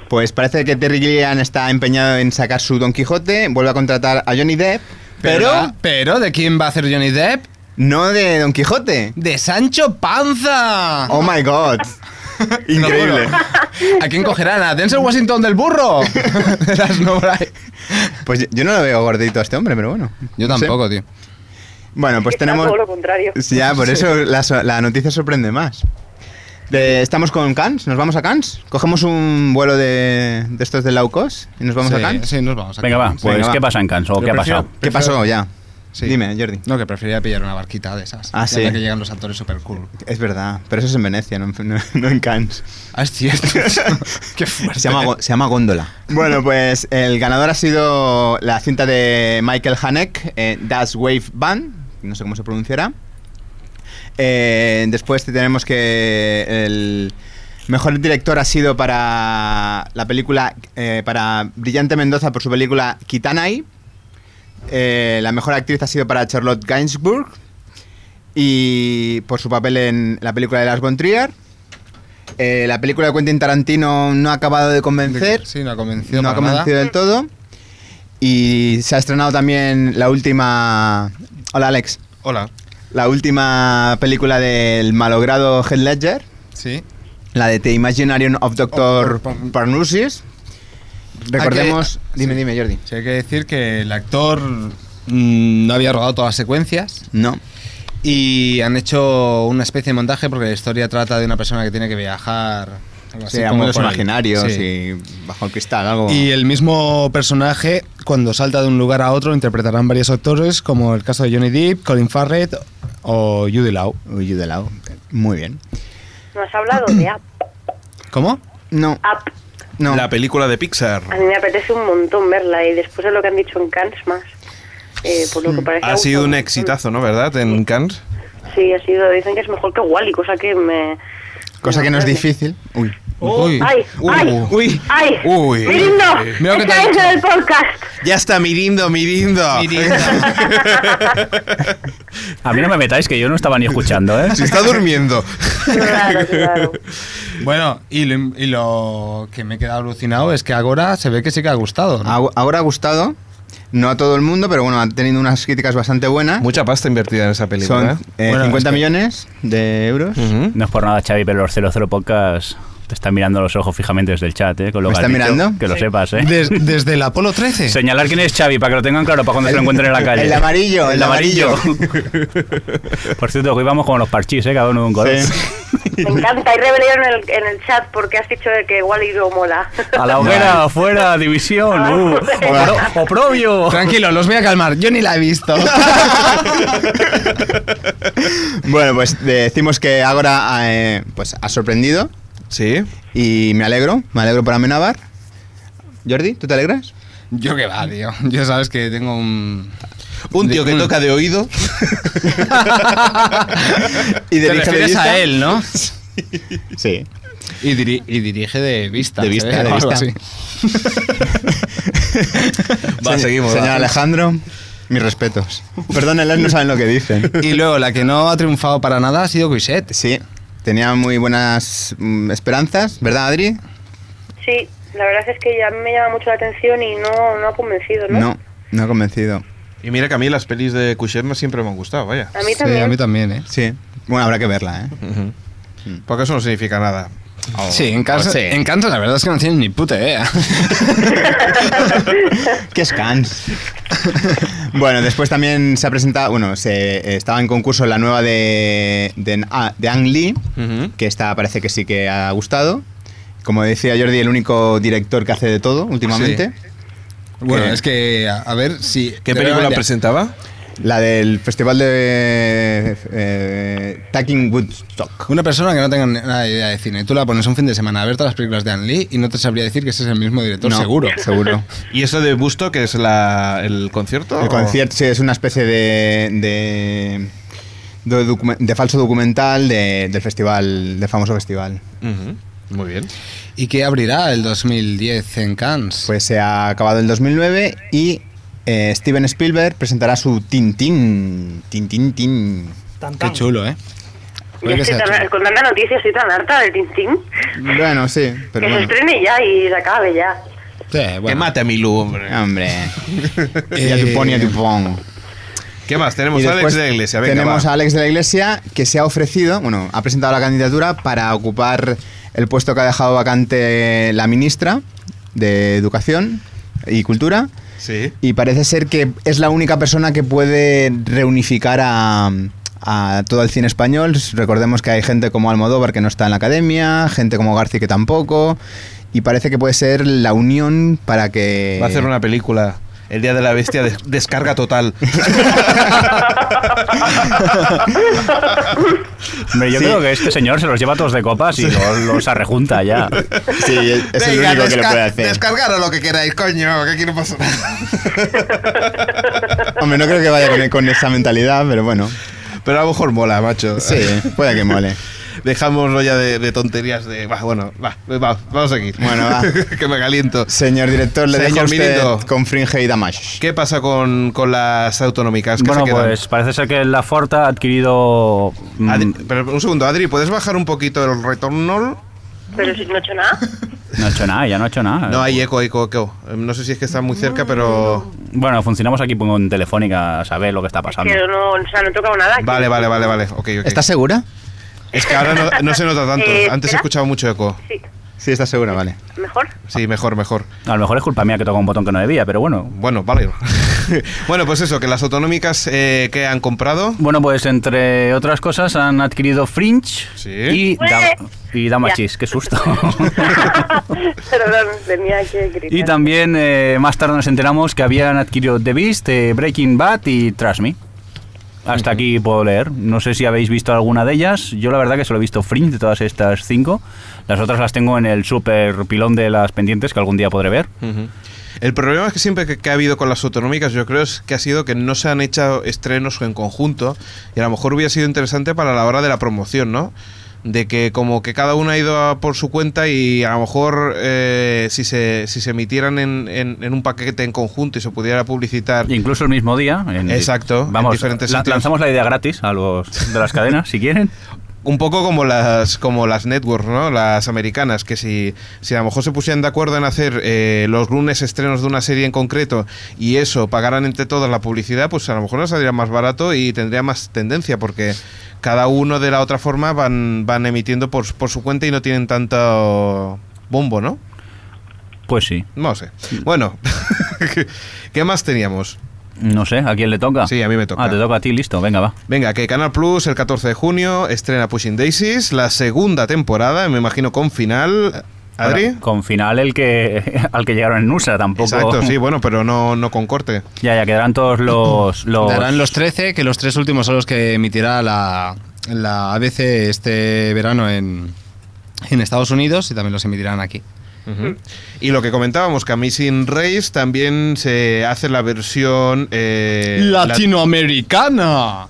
pues parece que Terry Gillian está empeñado en sacar su Don Quijote, vuelve a contratar a Johnny Depp, pero pero, pero, ¿de quién va a hacer Johnny Depp? no de Don Quijote. ¡De Sancho Panza! Oh my god. Increíble. Lo juro. ¿A quién cogerán? ¿A Denzel Washington del burro? De las Snowbray. Pues yo no lo veo gordito a este hombre, pero bueno. Yo No sé. tampoco, tío. Bueno, pues Está tenemos... todo lo contrario. Sí, Ya, por eso la, so- la noticia sorprende más. De- estamos con Cannes, nos vamos a Cannes, cogemos un vuelo de, de estos de low cost y nos vamos Sí, a Cannes. Sí, nos vamos a Venga, va. Cannes. Pues, va. ¿qué pasa en Canso? Yo ¿Qué ha prefiero- pasado? ¿Qué pasó ya? Sí. Dime, Jordi. No, que preferiría pillar una barquita de esas. Ah, en sí. la que llegan los actores super cool. Es verdad, pero eso es en Venecia, no, en- no- no en Cannes. Ah, es cierto. Qué fuerte. Se llama, go- se llama Góndola. Bueno, pues el ganador ha sido la cinta de Michael Haneck, eh, Das Wave Band, no sé cómo se pronunciará. Eh, después tenemos que el mejor director ha sido para la película, eh, para Brillante Mendoza por su película Kitanai. Eh, la mejor actriz ha sido para Charlotte Gainsbourg y por su papel en la película de Las von Trier. Eh, la película de Quentin Tarantino no ha acabado de convencer, Sí, no ha convencido. no ha para nada. convencido del todo. Y se ha estrenado también la última... Hola Alex. Hola. La última película del malogrado Head Ledger, Sí. la de The Imaginarium of Oh, Doctor por- por- Parnussis. Recordemos. Ah, que- Dime, sí. dime, Jordi. Sí, hay que decir que el actor mm, no había rodado todas las secuencias No. y han hecho una especie de montaje porque la historia trata de una persona que tiene que viajar. algo así Sí, a como mundos por ahí. imaginarios Sí. y bajo el cristal, algo. Y eh, el mismo personaje, cuando salta de un lugar a otro, interpretarán varios actores, como el caso de Johnny Depp, Colin Farrell o Judy Law. Huyo de lado. Muy bien. ¿No has hablado de App? ¿Cómo? No, App. no. La película de Pixar. A mí me apetece un montón verla y después de lo que han dicho en Cannes más. Eh, por lo que parece Ha sido un gustado. exitazo, ¿no? ¿Verdad? En Cannes. Sí, ha sido. Dicen que es mejor que Wally, cosa que me. Cosa me que no es parece. difícil. Uy. Uy. ¡Ay! ¡Ay! Uy. ¡Ay! Uy. ¡Mirindo! Mira que te ¡Está ha dentro dicho. del podcast! Ya está, mirindo, mirindo. A mí no me metáis, que yo no estaba ni escuchando, ¿eh? Se está durmiendo. Claro, claro. Bueno, y lo, y lo que me he quedado alucinado es que ahora se ve que sí que ha gustado. ¿no? Au- Ahora ha gustado. No a todo el mundo, pero bueno, ha tenido unas críticas bastante buenas. Mucha pasta invertida en esa Son película. eh, Bueno, 50 es que- Mm, millones de euros. ¿eh? Ujú. No es por nada, Xavi, pero los 00 Podcast te están mirando a los ojos fijamente desde el chat, ¿eh? Con lo ¿Me que has están dicho, mirando? Que lo sepas, ¿eh? Des- desde el Apolo 13. Señalar quién es Xavi para que lo tengan claro para cuando se lo encuentren en la calle. El amarillo, el Por cierto, que hoy vamos con los parchís, ¿eh? Cada uno de un color. Sí. Me encanta. Hay rebelión en el, en el chat porque has dicho de que Wally no mola. Ah, A la hoguera, afuera, división, uh, opro- oprobio. Tranquilo, los voy a calmar. Yo ni la he visto. Bueno, pues decimos que ahora eh, pues, ha sorprendido Sí. y me alegro. Me alegro por Amenabar. Jordi, ¿tú te alegras? Yo qué va, tío. Yo sabes que tengo un... Un tío que Mm. toca de oído. Te y dirige refieres vista. a él, ¿no? Sí. Y, diri- y dirige de vista. De se vista, ve, de o algo vista. así. Va, seguimos. va. Señor Alejandro, mis respetos. Perdón, ellos no saben lo que dicen. Y luego la que no ha triunfado para nada ha sido Guisette. Sí, tenía muy buenas mm, esperanzas, ¿verdad, Adri? Sí, la verdad es que ya me llama mucho la atención y no, no ha convencido, ¿no? No, no he convencido. Y mira que a mí las pelis de Kusherma siempre me han gustado, vaya. A mí también. a mí también, ¿eh? Sí. Bueno, habrá que verla, ¿eh? Ujú. Porque eso no significa nada. sí, en casa, oh, sí. en Canto la verdad es que no tienen ni puta idea. ¡Qué scans! bueno, después también se ha presentado, bueno, se eh, estaba en concurso la nueva de, de, ah, de Ang Lee, Ujú. que esta parece que sí que ha gustado. Como decía Jordi, el único director que hace de todo últimamente. bueno, ¿Qué? es que a, a ver si... ¿Qué película realmente- presentaba? La del festival de eh, Tacking Woodstock. Una persona que no tenga ni- nada de idea de cine, tú la pones un fin de semana a ver todas las películas de Anne Lee y no te sabría decir que ese es el mismo director, No, seguro. Seguro. ¿Y eso de Busto, que es la, el concierto? El o- concierto sí, es una especie de. de, de documen- de falso documental de- del festival, del famoso festival. Ujú. Muy bien. ¿Y qué abrirá el 2010 en Cannes? Pues se ha acabado el 2009 y eh, Steven Spielberg presentará su Tintín. Tintín, tin. Tan, qué tan. chulo, ¿eh? Yo Puede que estoy sea tan- chulo. con tanta noticia estoy tan harta del Tintín Bueno, sí, pero que se bueno. estrene ya y se acabe ya. Sí, Que bueno. mate a Milú, hombre. Hombre. y a Eh, Dupont y a Dupont. ¿Qué más? Tenemos Y a Alex después de la Iglesia. Venga, tenemos va. a Alex de la Iglesia que se ha ofrecido, bueno, ha presentado la candidatura para ocupar el puesto que ha dejado vacante la ministra de Educación y Cultura. Sí. Y parece ser que es la única persona que puede reunificar a, a todo el cine español. Recordemos que hay gente como Almodóvar que no está en la academia, gente como García que tampoco. Y parece que puede ser la unión para que. Va a hacer una película. El Día de la Bestia, des- descarga total. Hombre, yo creo que este señor se los lleva todos de copas y los, los arrejunta ya. Sí, es, es el único que lo puede hacer. Descargaros lo que queráis, coño, que aquí no pasa nada. Hombre, no creo que vaya con, con esa mentalidad, pero bueno. Pero a lo mejor mola, macho. Sí, puede que mole. Dejámoslo ya de, de tonterías de. Va, bueno, va, va, vamos a seguir. Bueno, va. que me caliento. Señor director, le dejo a Señor usted Mirindo. con Fringe y Damash. ¿Qué pasa con, con las autonómicas? ¿Qué Bueno, se quedan? pues parece ser que la Forta ha adquirido. mm, Adri- pero un segundo, Adri, ¿puedes bajar un poquito el retorno? Pero si no he hecho nada. No ha hecho nada, ya no ha hecho nada. No, hay eco, eco, eco. Eh, No sé si es que está muy cerca, pero. Bueno, funcionamos aquí con Telefónica a saber lo que está pasando. Que no, o sea, no he tocado nada. Vale, vale, vale, vale. Ok, ok. ¿Estás segura? Es que ahora no, no se nota tanto. Eh, Antes he espera. escuchado mucho eco. Sí, Sí, está segura, vale. mejor. Sí, mejor, mejor. A lo mejor es culpa mía que toca un botón que no debía, pero bueno. Bueno, vale. bueno, pues eso, que las autonómicas eh, que han comprado. Bueno, pues entre otras cosas han adquirido Fringe Sí. y, Da- y Damachis, Ya. qué susto. Perdón, tenía que gritar. y también eh, más tarde nos enteramos que habían adquirido The Beast, eh, Breaking Bad y Trust Me. Hasta aquí puedo leer. No sé si habéis visto alguna de ellas. Yo la verdad que solo he visto Fringe de todas estas cinco. Las otras las tengo en el super pilón de las pendientes que algún día podré ver. Ujú. El problema es que siempre que, que ha habido con las autonómicas, yo creo es que ha sido que no se han hecho estrenos en conjunto y a lo mejor hubiera sido interesante para la hora de la promoción, ¿no? De que como que cada uno ha ido a por su cuenta y a lo mejor eh, si, se, si se emitieran en, en- en un paquete en conjunto y se pudiera publicitar... Incluso el mismo día. en- Exacto, en Vamos, diferentes la- sitios. lanzamos la idea gratis a los de las cadenas, si quieren. Un poco como las como las networks, ¿no? Las americanas, que si, si a lo mejor se pusieran de acuerdo en hacer eh, los lunes estrenos de una serie en concreto y eso, pagaran entre todas la publicidad, pues a lo mejor nos saldría más barato y tendría más tendencia, porque cada uno de la otra forma van, van emitiendo por, su- por su cuenta y no tienen tanto bombo, ¿no? Pues sí. No sé. Bueno, ¿qué más teníamos? No sé, ¿a quién le toca? Sí, a mí me toca. Ah, te toca a ti, listo, venga, va. Venga, que Canal Plus el 14 de junio estrena Pushing Daisies, la segunda temporada, me imagino con final. Adri. Ahora, Con final el que al que llegaron en USA tampoco. Exacto, sí, bueno, pero no, no con corte. Ya, ya quedarán todos los. los... Darán los 13, que los tres últimos son los que emitirá la, la ABC este verano en, en Estados Unidos y también los emitirán aquí. Y lo que comentábamos, que Amazing Race también se hace la versión... eh, ¡Latinoamericana!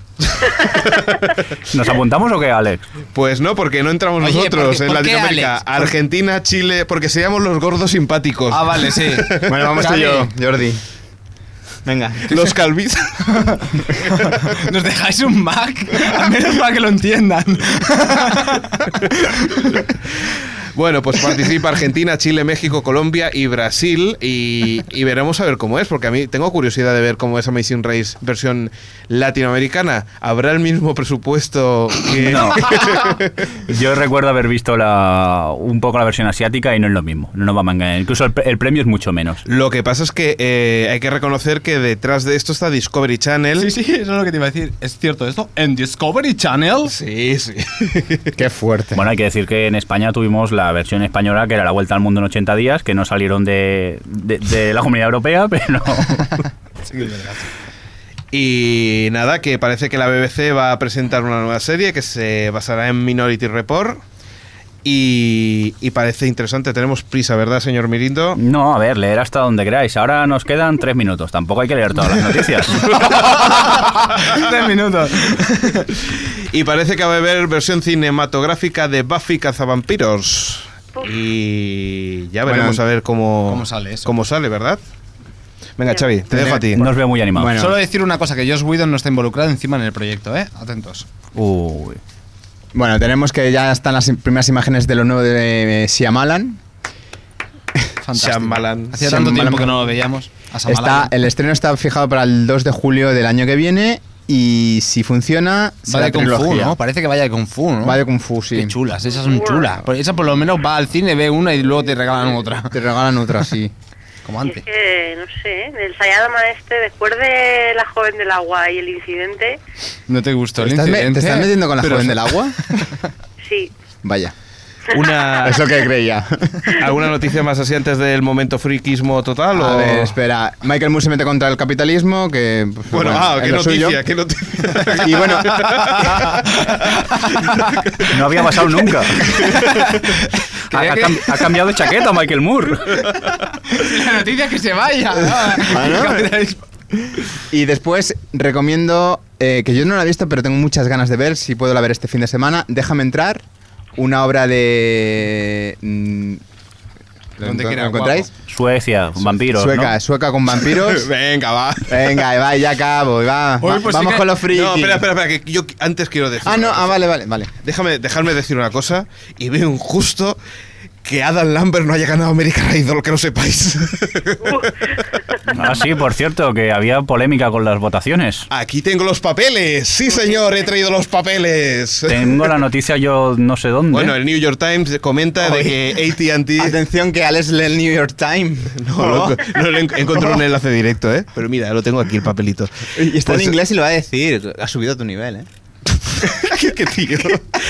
¿Nos apuntamos o qué, Alex? la- pues no, porque no entramos Oye, nosotros ¿por qué- en por qué, Latinoamérica. Alex? Argentina, Chile, porque seríamos los gordos simpáticos. Ah, vale, sí. Bueno, vamos tú y yo, Dale. Jordi. Venga. Los calvis. ¿Nos dejáis un Mac? Al menos para que lo entiendan. Bueno, pues participa Argentina, Chile, México, Colombia y Brasil y, y veremos a ver cómo es, porque a mí tengo curiosidad de ver cómo es Amazing Race versión latinoamericana. ¿Habrá el mismo presupuesto que... No. Yo recuerdo haber visto la, un poco la versión asiática y no es lo mismo. No nos vamos a engañar. Incluso el, pre- el premio es mucho menos. Lo que pasa es que eh, hay que reconocer que detrás de esto está Discovery Channel. sí, eso es lo que te iba a decir. ¿Es cierto esto? En Discovery Channel. sí. sí. Qué fuerte. Bueno, hay que decir que en España tuvimos la versión española, que era la vuelta al mundo en 80 días, que no salieron de, de- de la comunidad europea, pero. Y nada, que parece que la BBC va a presentar una nueva serie que se basará en Minority Report. Y, y parece interesante. Tenemos prisa, ¿verdad, señor Mirindo? No, a ver, leer hasta donde queráis. Ahora nos quedan tres minutos. Tampoco hay que leer todas las noticias. Tres minutos. Y parece que va a haber versión cinematográfica de Buffy Cazavampiros. Y ya Bueno, veremos a ver cómo, ¿cómo sale eso? cómo sale, ¿verdad? Venga, Xavi, te dejo a ti. No os veo muy animados. Bueno. Solo decir una cosa, que Josh Whedon no está involucrado encima en el proyecto, ¿eh? Atentos. Uy. Bueno, tenemos que ya están las im- primeras imágenes de lo nuevo de eh, Shyamalan. Fantástico. Shyamalan. Hacía tanto Shyamalan. tiempo que no lo veíamos. A Shyamalan. Está, el estreno está fijado para el 2 de julio del año que viene y si va funciona, será de Kung Fu, trilogía. ¿no? Parece que vaya de Kung Fu, ¿no? Va de Kung Fu, sí. Qué chulas, esas son chulas. Por- Esa por lo menos va al cine, ve una y luego te regalan otra. Te regalan otra, sí. Como Y antes. es que, no sé, del Sayadama este, después de la joven del agua y el incidente, No te gustó ¿Te el estás, me- incidente. te estás metiendo con la Pero- joven del agua? sí. Vaya. Ah. Una, Es lo que creía. ¿Alguna noticia más así antes del momento friquismo total? A o- ver, espera. Michael Moore se mete contra el capitalismo, que... pues, Bueno, ah, es qué lo noticia, suyo. qué noticia. Y bueno, No había pasado nunca. Ha, Creía ha que- cam- ha cambiado de chaqueta Michael Moore. La noticia es que se vaya. ¿no? Ah, y después recomiendo, eh, que yo no la he visto, pero tengo muchas ganas de ver, si puedo la ver este fin de semana, Déjame entrar, una obra de... mm, ¿lo Donde encon- quiera, lo encontráis? Suecia, vampiros. sueca, ¿no? sueca con vampiros. Venga, va. Venga, va, ya acabo, va. Hoy, Va- pues, sí vamos que- con los frikis. No, espera, espera, espera, que yo qu- antes quiero decir. Ah, una no, ah, cosa. vale, vale, vale. Déjame, dejarme decir una cosa. Y veo un justo que Adam Lambert no haya ganado American Idol, que lo sepáis. Ah, sí, por cierto, que había polémica con las votaciones. Aquí tengo los papeles. Sí, señor, he traído los papeles. Tengo la noticia yo no sé dónde. Bueno, el New York Times comenta de que ATT. Atención que Alex lee el New York Times. No, loco, no le en- encontré un enlace directo, ¿eh? Pero mira, lo tengo aquí el papelito. Y está Pues- en inglés y lo va a decir. Ha subido a tu nivel, ¿eh? ¿Qué, qué tío?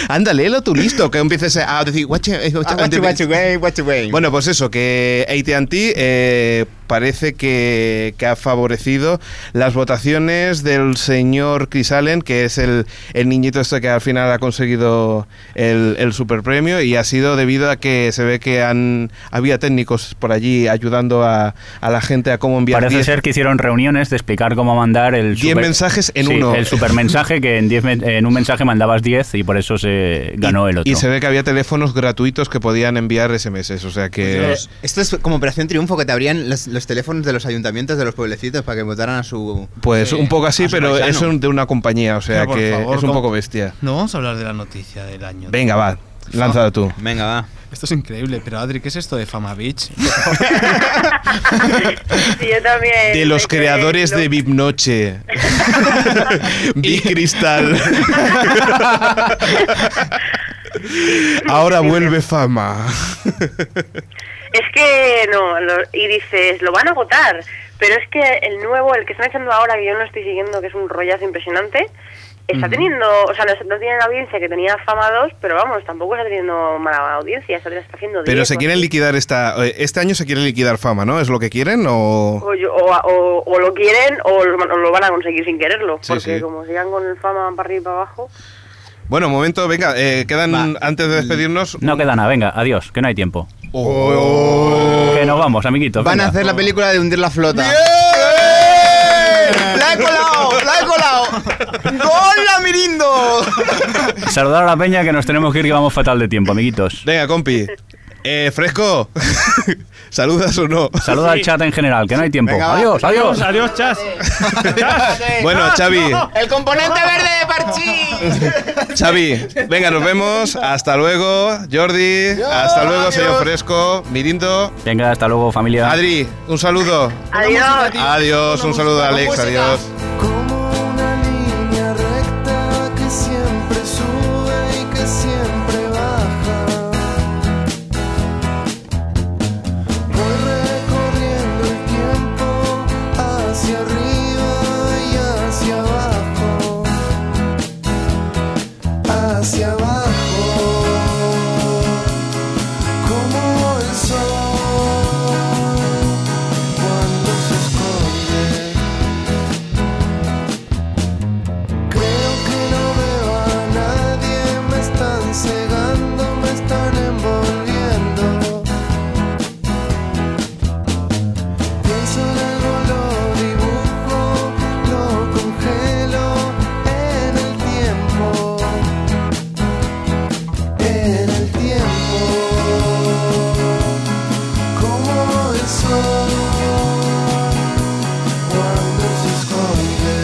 Anda, léelo tú listo, que empieces a decir. "Guache, eh, guache, Watch ante- you, watch you, way, watch you, way. Bueno, pues eso, que ATT eh, parece que, que ha favorecido las votaciones del señor Chris Allen, que es el, el niñito este que al final ha conseguido el, el superpremio, y ha sido debido a que se ve que han había técnicos por allí ayudando a, a la gente a cómo enviar Parece 10 ser que hicieron reuniones de explicar cómo mandar el 10 mensajes en Sí, uno. El supermensaje que en, 10 men- en un mensaje mandabas 10 y por eso se ganó y, el otro. y se ve que había teléfonos gratuitos que podían enviar SMS, o sea que... Dios. Esto es como Operación Triunfo, que te abrían los, los teléfonos de los ayuntamientos de los pueblecitos para que votaran a su... Pues Sí, un poco así, eh, a su pero paisano. eso de una compañía, o sea Pero, por que favor, es un ¿cómo? poco bestia. No vamos a hablar de la noticia del año. Venga, va, lánzala tú. Venga, va. Esto es increíble, pero Adri, ¿qué es esto de Fama Beach? Sí, yo también. De los me quedé creadores de loca. VIP Noche. Big Cristal. Ahora vuelve fama. Es que no, lo- y dices, lo van a votar. Pero es que el nuevo, el que están echando ahora, que yo no estoy siguiendo, que es un rollazo impresionante, está teniendo, o sea, no, no tiene la audiencia que tenía Fama 2, pero vamos, tampoco está teniendo mala audiencia, está, está haciendo pues, Pero 10, se ¿no? quieren liquidar esta. eh, Este año se quieren liquidar fama, ¿no? ¿Es lo que quieren o.? O, yo- o, o- o lo quieren o lo, o lo van a conseguir sin quererlo, Sí, porque sí. como sigan con el Fama para arriba y para abajo... Bueno, un momento, venga, eh, quedan. Va. Antes de despedirnos. No queda nada, venga, adiós, que no hay tiempo. Oh. Que nos vamos, amiguitos. Van a venga. hacer la película de hundir la flota. ¡Bien! ¡La he colado! ¡La he colado! ¡Gol, la Mirindo! Saludar a la peña que nos tenemos que ir, que vamos fatal de tiempo, amiguitos. Venga, compi. Eh, fresco. ¿Saludas o no? Saluda al Sí. chat en general, que no hay tiempo. Venga, va. pues adiós, adiós. Adiós, adiós, chas. Bueno, Xavi, ¡El componente verde de Parchís! Xavi, venga, nos vemos. Hasta luego, Jordi. Hasta luego, señor Fresco. Mirindo. Venga, hasta luego, familia. Adri, un saludo. Adiós. Adiós, un saludo a Alex, adiós. Como una línea recta que siempre sube y que siempre baja. Voy recorriendo el tiempo hacia arriba y hacia abajo. Hacia abajo. Como el sol cuando se esconde. Creo que no veo a nadie, me están cegando, me están envolviendo. Pienso en algo, lo dibujo, lo congelo en el tiempo. En el tiempo, como el sol, cuando se esconde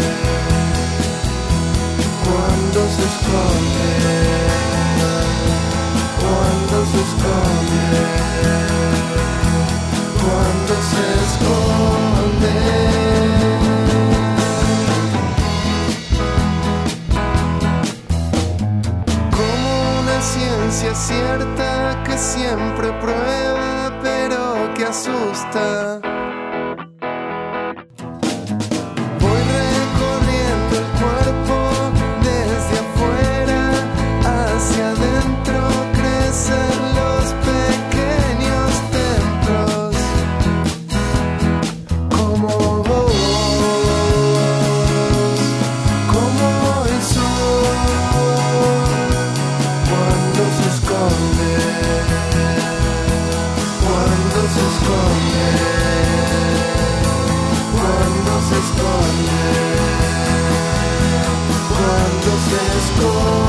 cuando se esconde, cuando se esconde, cuando se esconde. Como una ciencia cierta que siempre prueba pero que asusta. Voy recorriendo el cuerpo desde afuera hacia adentro, crecen los pequeños templos. Como bobos, como el sol, cuando se esconde, cuando se esconde cuando se esconde, cuando se esconde.